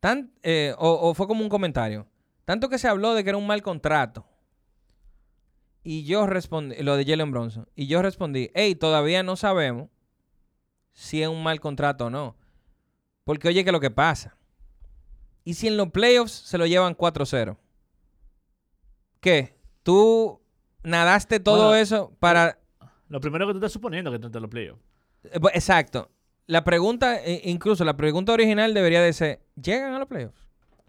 A: Tan, eh, o, o fue como un comentario. Tanto que se habló de que era un mal contrato. Y yo respondí, lo de Jalen Bronson. Y yo respondí, hey, todavía no sabemos si es un mal contrato o no. Porque oye que lo que pasa. Y si en los playoffs se lo llevan 4-0. ¿Qué? ¿Tú nadaste todo
B: Bueno,
A: eso para
B: Lo primero que tú estás suponiendo que tú te lo playo.
A: eh, bu- Exacto. La pregunta, eh, incluso la pregunta original debería de ser, ¿llegan a los playoffs?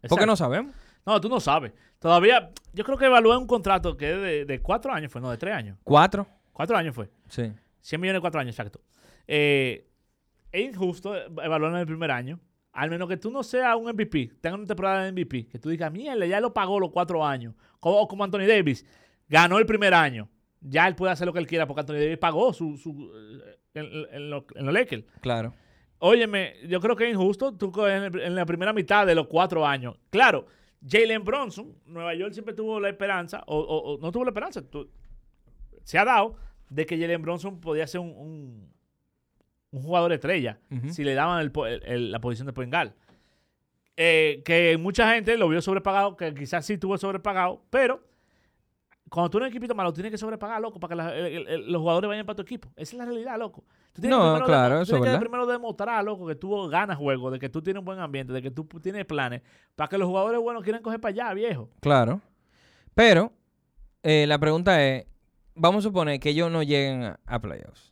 A: Porque no sabemos.
B: No, tú no sabes. Todavía, yo creo que evalué un contrato que es de, de cuatro años fue, no, de tres años.
A: Cuatro.
B: Cuatro años fue.
A: Sí.
B: 100 millones de cuatro años, exacto. Eh, es injusto evaluarlo en el primer año. Al menos que tú no seas un MVP, tengas una temporada de MVP, que tú digas, mierda, ya lo pagó los cuatro años. Como, o como Anthony Davis, ganó el primer año. Ya él puede hacer lo que él quiera porque Anthony Davis pagó su, su, eh, en, en los en los Lakers.
A: Claro.
B: Óyeme, yo creo que es injusto tú co- en, el- en la primera mitad de los cuatro años. Claro, Jalen Bronson, Nueva York siempre tuvo la esperanza, o, o- o no tuvo la esperanza, tu- se ha dado de que Jalen Bronson podía ser un, un- un jugador estrella
A: Ujú.
B: si le daban el po- el- el- la posición de Pengal. que mucha gente lo vio sobrepagado, que quizás sí tuvo sobrepagado, pero cuando tú eres un equipito malo, tienes que sobrepagar, loco, para que la- el- el- los jugadores vayan para tu equipo. Esa es la realidad, loco. Tú tienes
A: No,
B: que primero
A: claro,
B: demo- tú
A: eso
B: tienes
A: es
B: que
A: verdad.
B: primero demostrar, loco, que tú ganas juego, de que tú tienes un buen ambiente, de que tú tienes planes, para que los jugadores buenos quieran coger para allá, viejo.
A: Claro. Pero eh, la pregunta es, vamos a suponer que ellos no lleguen a, a playoffs.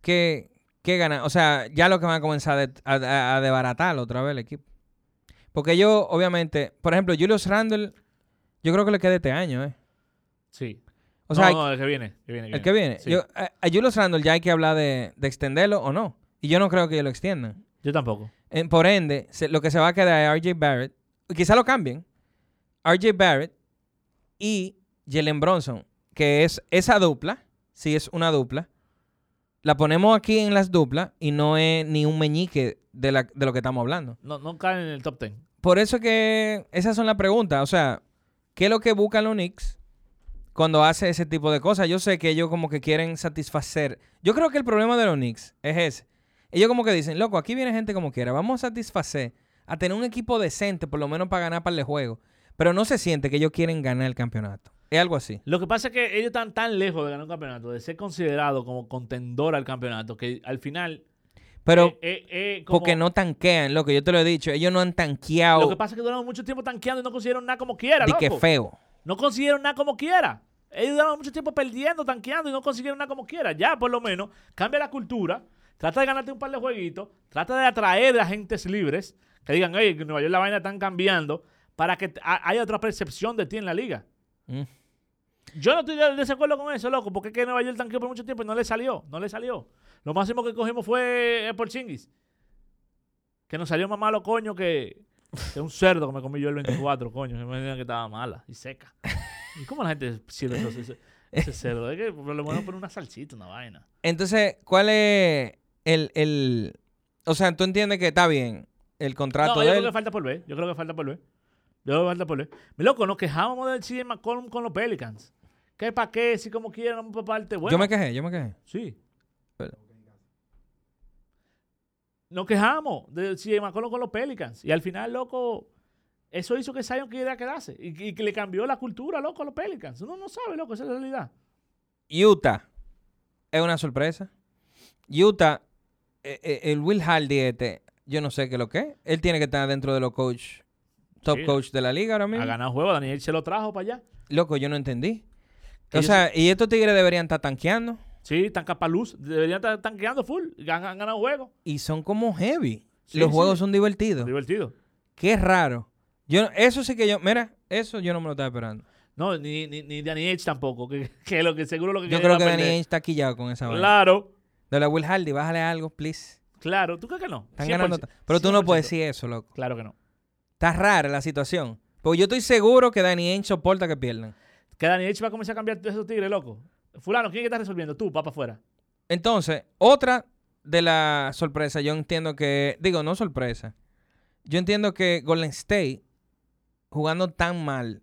A: ¿Qué, qué ganan? O sea, ya lo que van a comenzar de- a, a- a desbaratar otra vez el equipo. Porque ellos, obviamente, por ejemplo, Julius Randle, yo creo que le queda este año, ¿eh?
B: Sí.
A: O sea,
B: no, no, el que viene. El que viene.
A: El que viene.
B: Sí.
A: Yo, a, a Julius Randle ya hay que hablar de, de extenderlo o no. Y yo no creo que ellos lo extiendan.
B: Yo tampoco.
A: En- por ende, se- lo que se va a quedar es RJ Barrett. y Quizá lo cambien. RJ Barrett y Jalen Bronson. Que es esa dupla. Si es una dupla. La ponemos aquí en las duplas y no es ni un meñique de, la- de lo que estamos hablando.
B: No, no caen en el top 10.
A: Por eso que esas son las preguntas. O sea, ¿qué es lo que buscan los Knicks cuando hace ese tipo de cosas? Yo sé que ellos como que quieren satisfacer. Yo creo que el problema de los Knicks es ese. Ellos como que dicen, loco, aquí viene gente como quiera. Vamos a satisfacer, a tener un equipo decente, por lo menos para ganar para el juego. Pero no se siente que ellos quieren ganar el campeonato. Es algo así.
B: Lo que pasa es que ellos están tan lejos de ganar un campeonato, de ser considerado como contendor al campeonato, que al final.
A: Pero
B: eh, eh, eh, como-
A: porque no tanquean, loco. Yo te lo he dicho. Ellos no han
B: Lo
A: tanqueado.
B: que pasa es que duraron mucho tiempo tanqueando y no consiguieron nada como quiera,
A: Di
B: loco.
A: que feo.
B: No consiguieron nada como quiera. Ellos duraron mucho tiempo perdiendo, tanqueando y no consiguieron nada como quiera. Ya, por lo menos, cambia la cultura. Trata de ganarte un par de jueguitos. Trata de atraer a agentes libres que digan, hey, en Nueva York la vaina están cambiando para que t- ha- haya otra percepción de ti en la liga.
A: Mm.
B: Yo no estoy de desacuerdo con eso, loco, porque es que Nueva York tanqueó por mucho tiempo y no le salió. No le salió. Lo máximo que cogimos fue eh, por Chingis. Que nos salió más malo, coño, que, que un cerdo que me comí yo el 24, coño. Me imagino que estaba mala y seca. ¿Y cómo la gente sirve eso, ese,
A: *laughs*
B: ese cerdo? Es que por lo menos poner una salsita, una vaina.
A: Entonces, ¿cuál es el, el- O sea, tú entiendes que está bien el contrato
B: No, yo
A: de
B: creo que
A: él.
B: falta por ver. Yo creo que falta por ver. Yo voy a por Mi loco, nos quejábamos del CJ McCollum con los Pelicans. ¿Qué pa' qué? Si como quieran, para parte. Bueno,
A: Yo me quejé, yo me quejé.
B: sí.
A: Pero-
B: Nos quejamos de CJ McCollum con los Pelicans. Y al final, loco, eso hizo que Zion quisiera quedarse. Y, y que le cambió la cultura, loco, a los Pelicans. Uno no sabe, loco, esa es la realidad.
A: Utah es una sorpresa. Utah, eh, eh, el Will Hardy este, yo no sé qué lo que es. Él tiene que estar dentro de los coach, top
B: Sí.
A: coach de la liga ahora mismo.
B: Ha ganado juego, Daniel se lo trajo para allá.
A: Loco, yo no entendí.
B: Que
A: O
B: yo
A: sea, y estos tigres deberían estar tanqueando
B: Sí, están capaluz. Deberían estar tanqueando full. Han, han ganado juego.
A: y son como heavy.
B: Sí,
A: Los
B: sí.
A: juegos son divertidos.
B: Divertido.
A: Qué raro. Yo, no- eso sí que yo, mira, eso yo no me lo estaba esperando.
B: No, ni, ni, ni Danny H tampoco, que, *laughs* que lo que seguro lo que
A: Yo creo
B: quería era
A: que Danny
B: perder.
A: Ainge está quillado con esa vaina.
B: Claro,
A: De la Will Hardy, bájale algo, please.
B: claro. ¿Tú crees que no?
A: Están
B: 100%,
A: ganando. ta- Pero tú no puedes
B: 100%.
A: decir eso, loco.
B: Claro que no.
A: Está rara la situación. Porque yo estoy seguro que Danny Ainge soporta que pierdan.
B: Que Danny H va a comenzar a cambiar esos tigres, loco. Fulano, ¿quién es que está resolviendo? Tú, papá afuera.
A: Entonces, otra de las sorpresas, yo entiendo que, digo, no sorpresa. Yo entiendo que Golden State, jugando tan mal,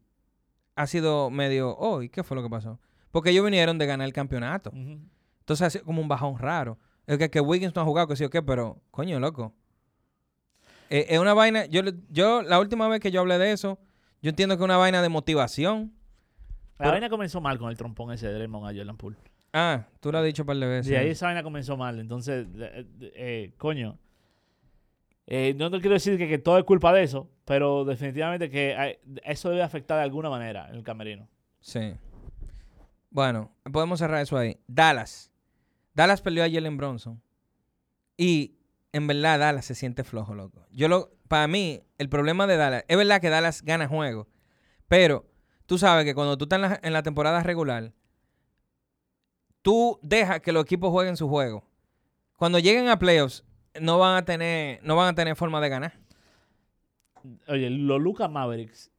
A: ha sido medio, oh, ¿y qué fue lo que pasó? Porque ellos vinieron de ganar el campeonato.
B: Ujú.
A: Entonces, ha sido como un bajón raro. Es que, que Wiggins no ha jugado, que sí o qué, pero, coño, loco. Eh, es una vaina, yo, le- yo, la última vez que yo hablé de eso, yo entiendo que es una vaina de motivación.
B: La
A: Pero-
B: vaina comenzó mal con el trompón ese de Draymond a Jordan Poole.
A: Ah, tú lo has dicho un par de veces.
B: De ahí esa vaina comenzó mal. Entonces, de- de- eh, coño. Eh, no te quiero decir que, que todo es culpa de eso, pero definitivamente que hay- eso debe afectar de alguna manera en el camerino.
A: Sí. Bueno, podemos cerrar eso ahí. Dallas. Dallas perdió a Jalen Bronson. Y en verdad Dallas se siente flojo, loco. Yo lo, para mí, el problema de Dallas, es verdad que Dallas gana juego, pero tú sabes que cuando tú estás en la, en la temporada regular, tú dejas que los equipos jueguen su juego. Cuando lleguen a playoffs, no van a tener, no van a tener forma de ganar.
B: Oye, los Lucas Mavericks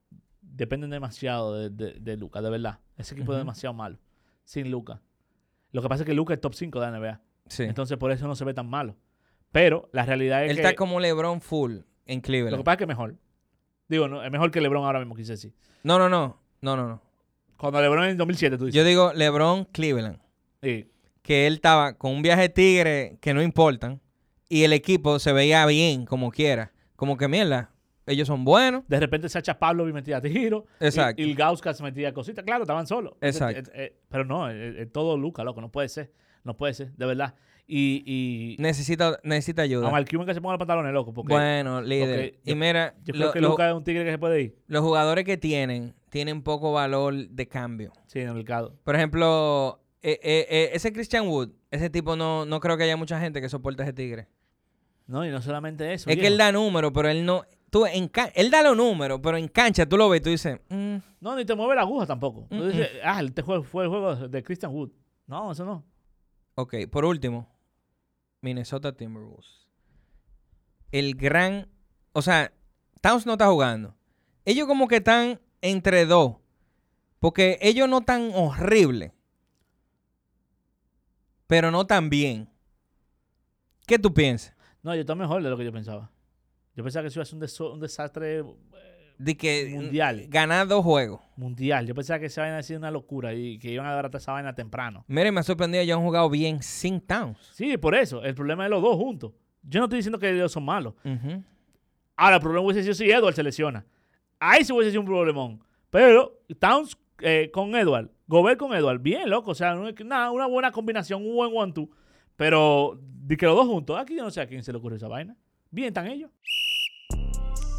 B: dependen demasiado de, de, de Luca, de verdad. Ese equipo
A: Ujú.
B: es demasiado malo. Sin Luca. Lo que pasa es que Luca es top 5 de la NBA.
A: Sí.
B: Entonces por eso no se ve tan malo. Pero la realidad es
A: Él
B: que.
A: está como LeBron full en Cleveland.
B: Lo que pasa es que es mejor. Digo, no, es mejor que LeBron ahora mismo, quise decir.
A: No, no, no. No, no, no.
B: Cuando LeBron en el 2007, tú dices.
A: Yo digo LeBron Cleveland,
B: Sí.
A: que él estaba con un viaje tigre que no importan y el equipo se veía bien como quiera, como que mierda, ellos son buenos.
B: De repente Sacha Pablo metía tiro.
A: Exacto.
B: Y, y Gauskas metía cositas. Claro, estaban solos.
A: Exacto.
B: Eh, eh, pero no, eh, eh, todo Luca, loco. No puede ser. No puede ser, de verdad. Y. y
A: Necesita necesita ayuda.
B: a Mark Cuban que se ponga los pantalones, loco. Porque
A: Bueno, líder.
B: ok,
A: Y
B: yo-
A: mira,
B: yo creo
A: lo-
B: que
A: lo-
B: Luca es un tigre que se puede ir.
A: los jugadores que tienen tienen poco valor de cambio.
B: Sí, en el mercado.
A: Por ejemplo, eh, eh, eh, ese Christian Wood, ese tipo no, no creo que haya mucha gente que soporte a ese tigre.
B: No, y no solamente eso.
A: es que
B: viejo.
A: él da números, pero él no... Tú, en can- él da los números, pero en cancha tú lo ves y tú dices... mm,
B: No, ni te mueve la aguja tampoco. Tú
A: Mm-mm.
B: dices, ah, este juego fue el juego de Christian Wood. No, eso no.
A: Ok, por último, Minnesota Timberwolves. El gran. O sea, Towns no está jugando. Ellos como que están entre dos. Porque ellos no tan horrible. Pero no tan bien. ¿Qué tú piensas?
B: No, yo estoy mejor de lo que yo pensaba. Yo pensaba que eso iba a ser un, deso- un desastre
A: De que
B: Mundial.
A: ganar dos juegos.
B: mundial. Yo pensaba que esa vaina iba a ser una locura y que iban a dar esa vaina temprano.
A: Miren, me ha sorprendido. Ellos han jugado bien sin Towns.
B: Sí, por eso. El problema es los dos juntos. Yo no estoy diciendo que ellos son malos.
A: Ujú.
B: Ahora, el problema hubiese sido si Edward se lesiona. Ahí sí hubiese sido un problemón. Pero Towns eh, con Edward, Gobert con Edward, bien loco. O sea, no es que- nada, una buena combinación, un buen one-two. Pero de que los dos juntos, aquí yo no sé a quién se le ocurre esa vaina. Bien, están ellos.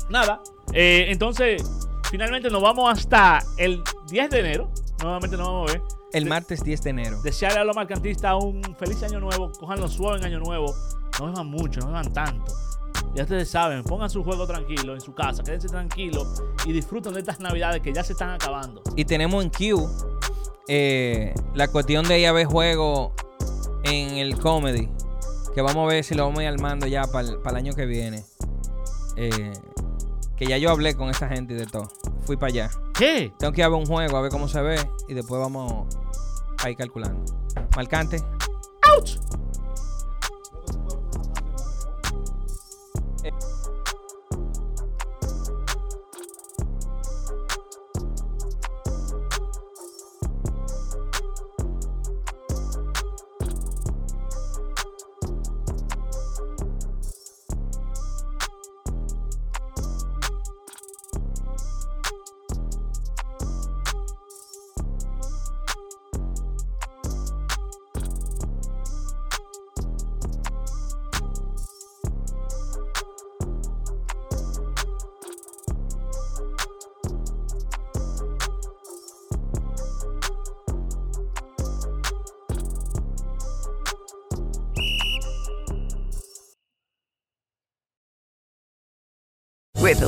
B: Nada. eh, entonces, finalmente nos vamos hasta el 10 de enero. Nuevamente nos vamos a ver
A: El
B: Sí.
A: martes 10 de enero.
B: desearle a los mercantistas un feliz año nuevo, cójanlo suave en año nuevo, no beban mucho, no beban tanto. Ya ustedes saben, pongan su juego tranquilo en su casa, quédense tranquilos y disfruten de estas navidades que ya se están acabando.
A: Y tenemos en Q eh, la cuestión de ir a ver juego en el comedy. Que vamos a ver si lo vamos a ir armando ya para el, año que viene. Eh, que ya yo hablé con esa gente y de todo. Fui para allá.
B: ¿Qué?
A: Tengo que ir a ver un juego, a ver cómo se ve. Y después vamos a ir calculando. Marcante.
C: With the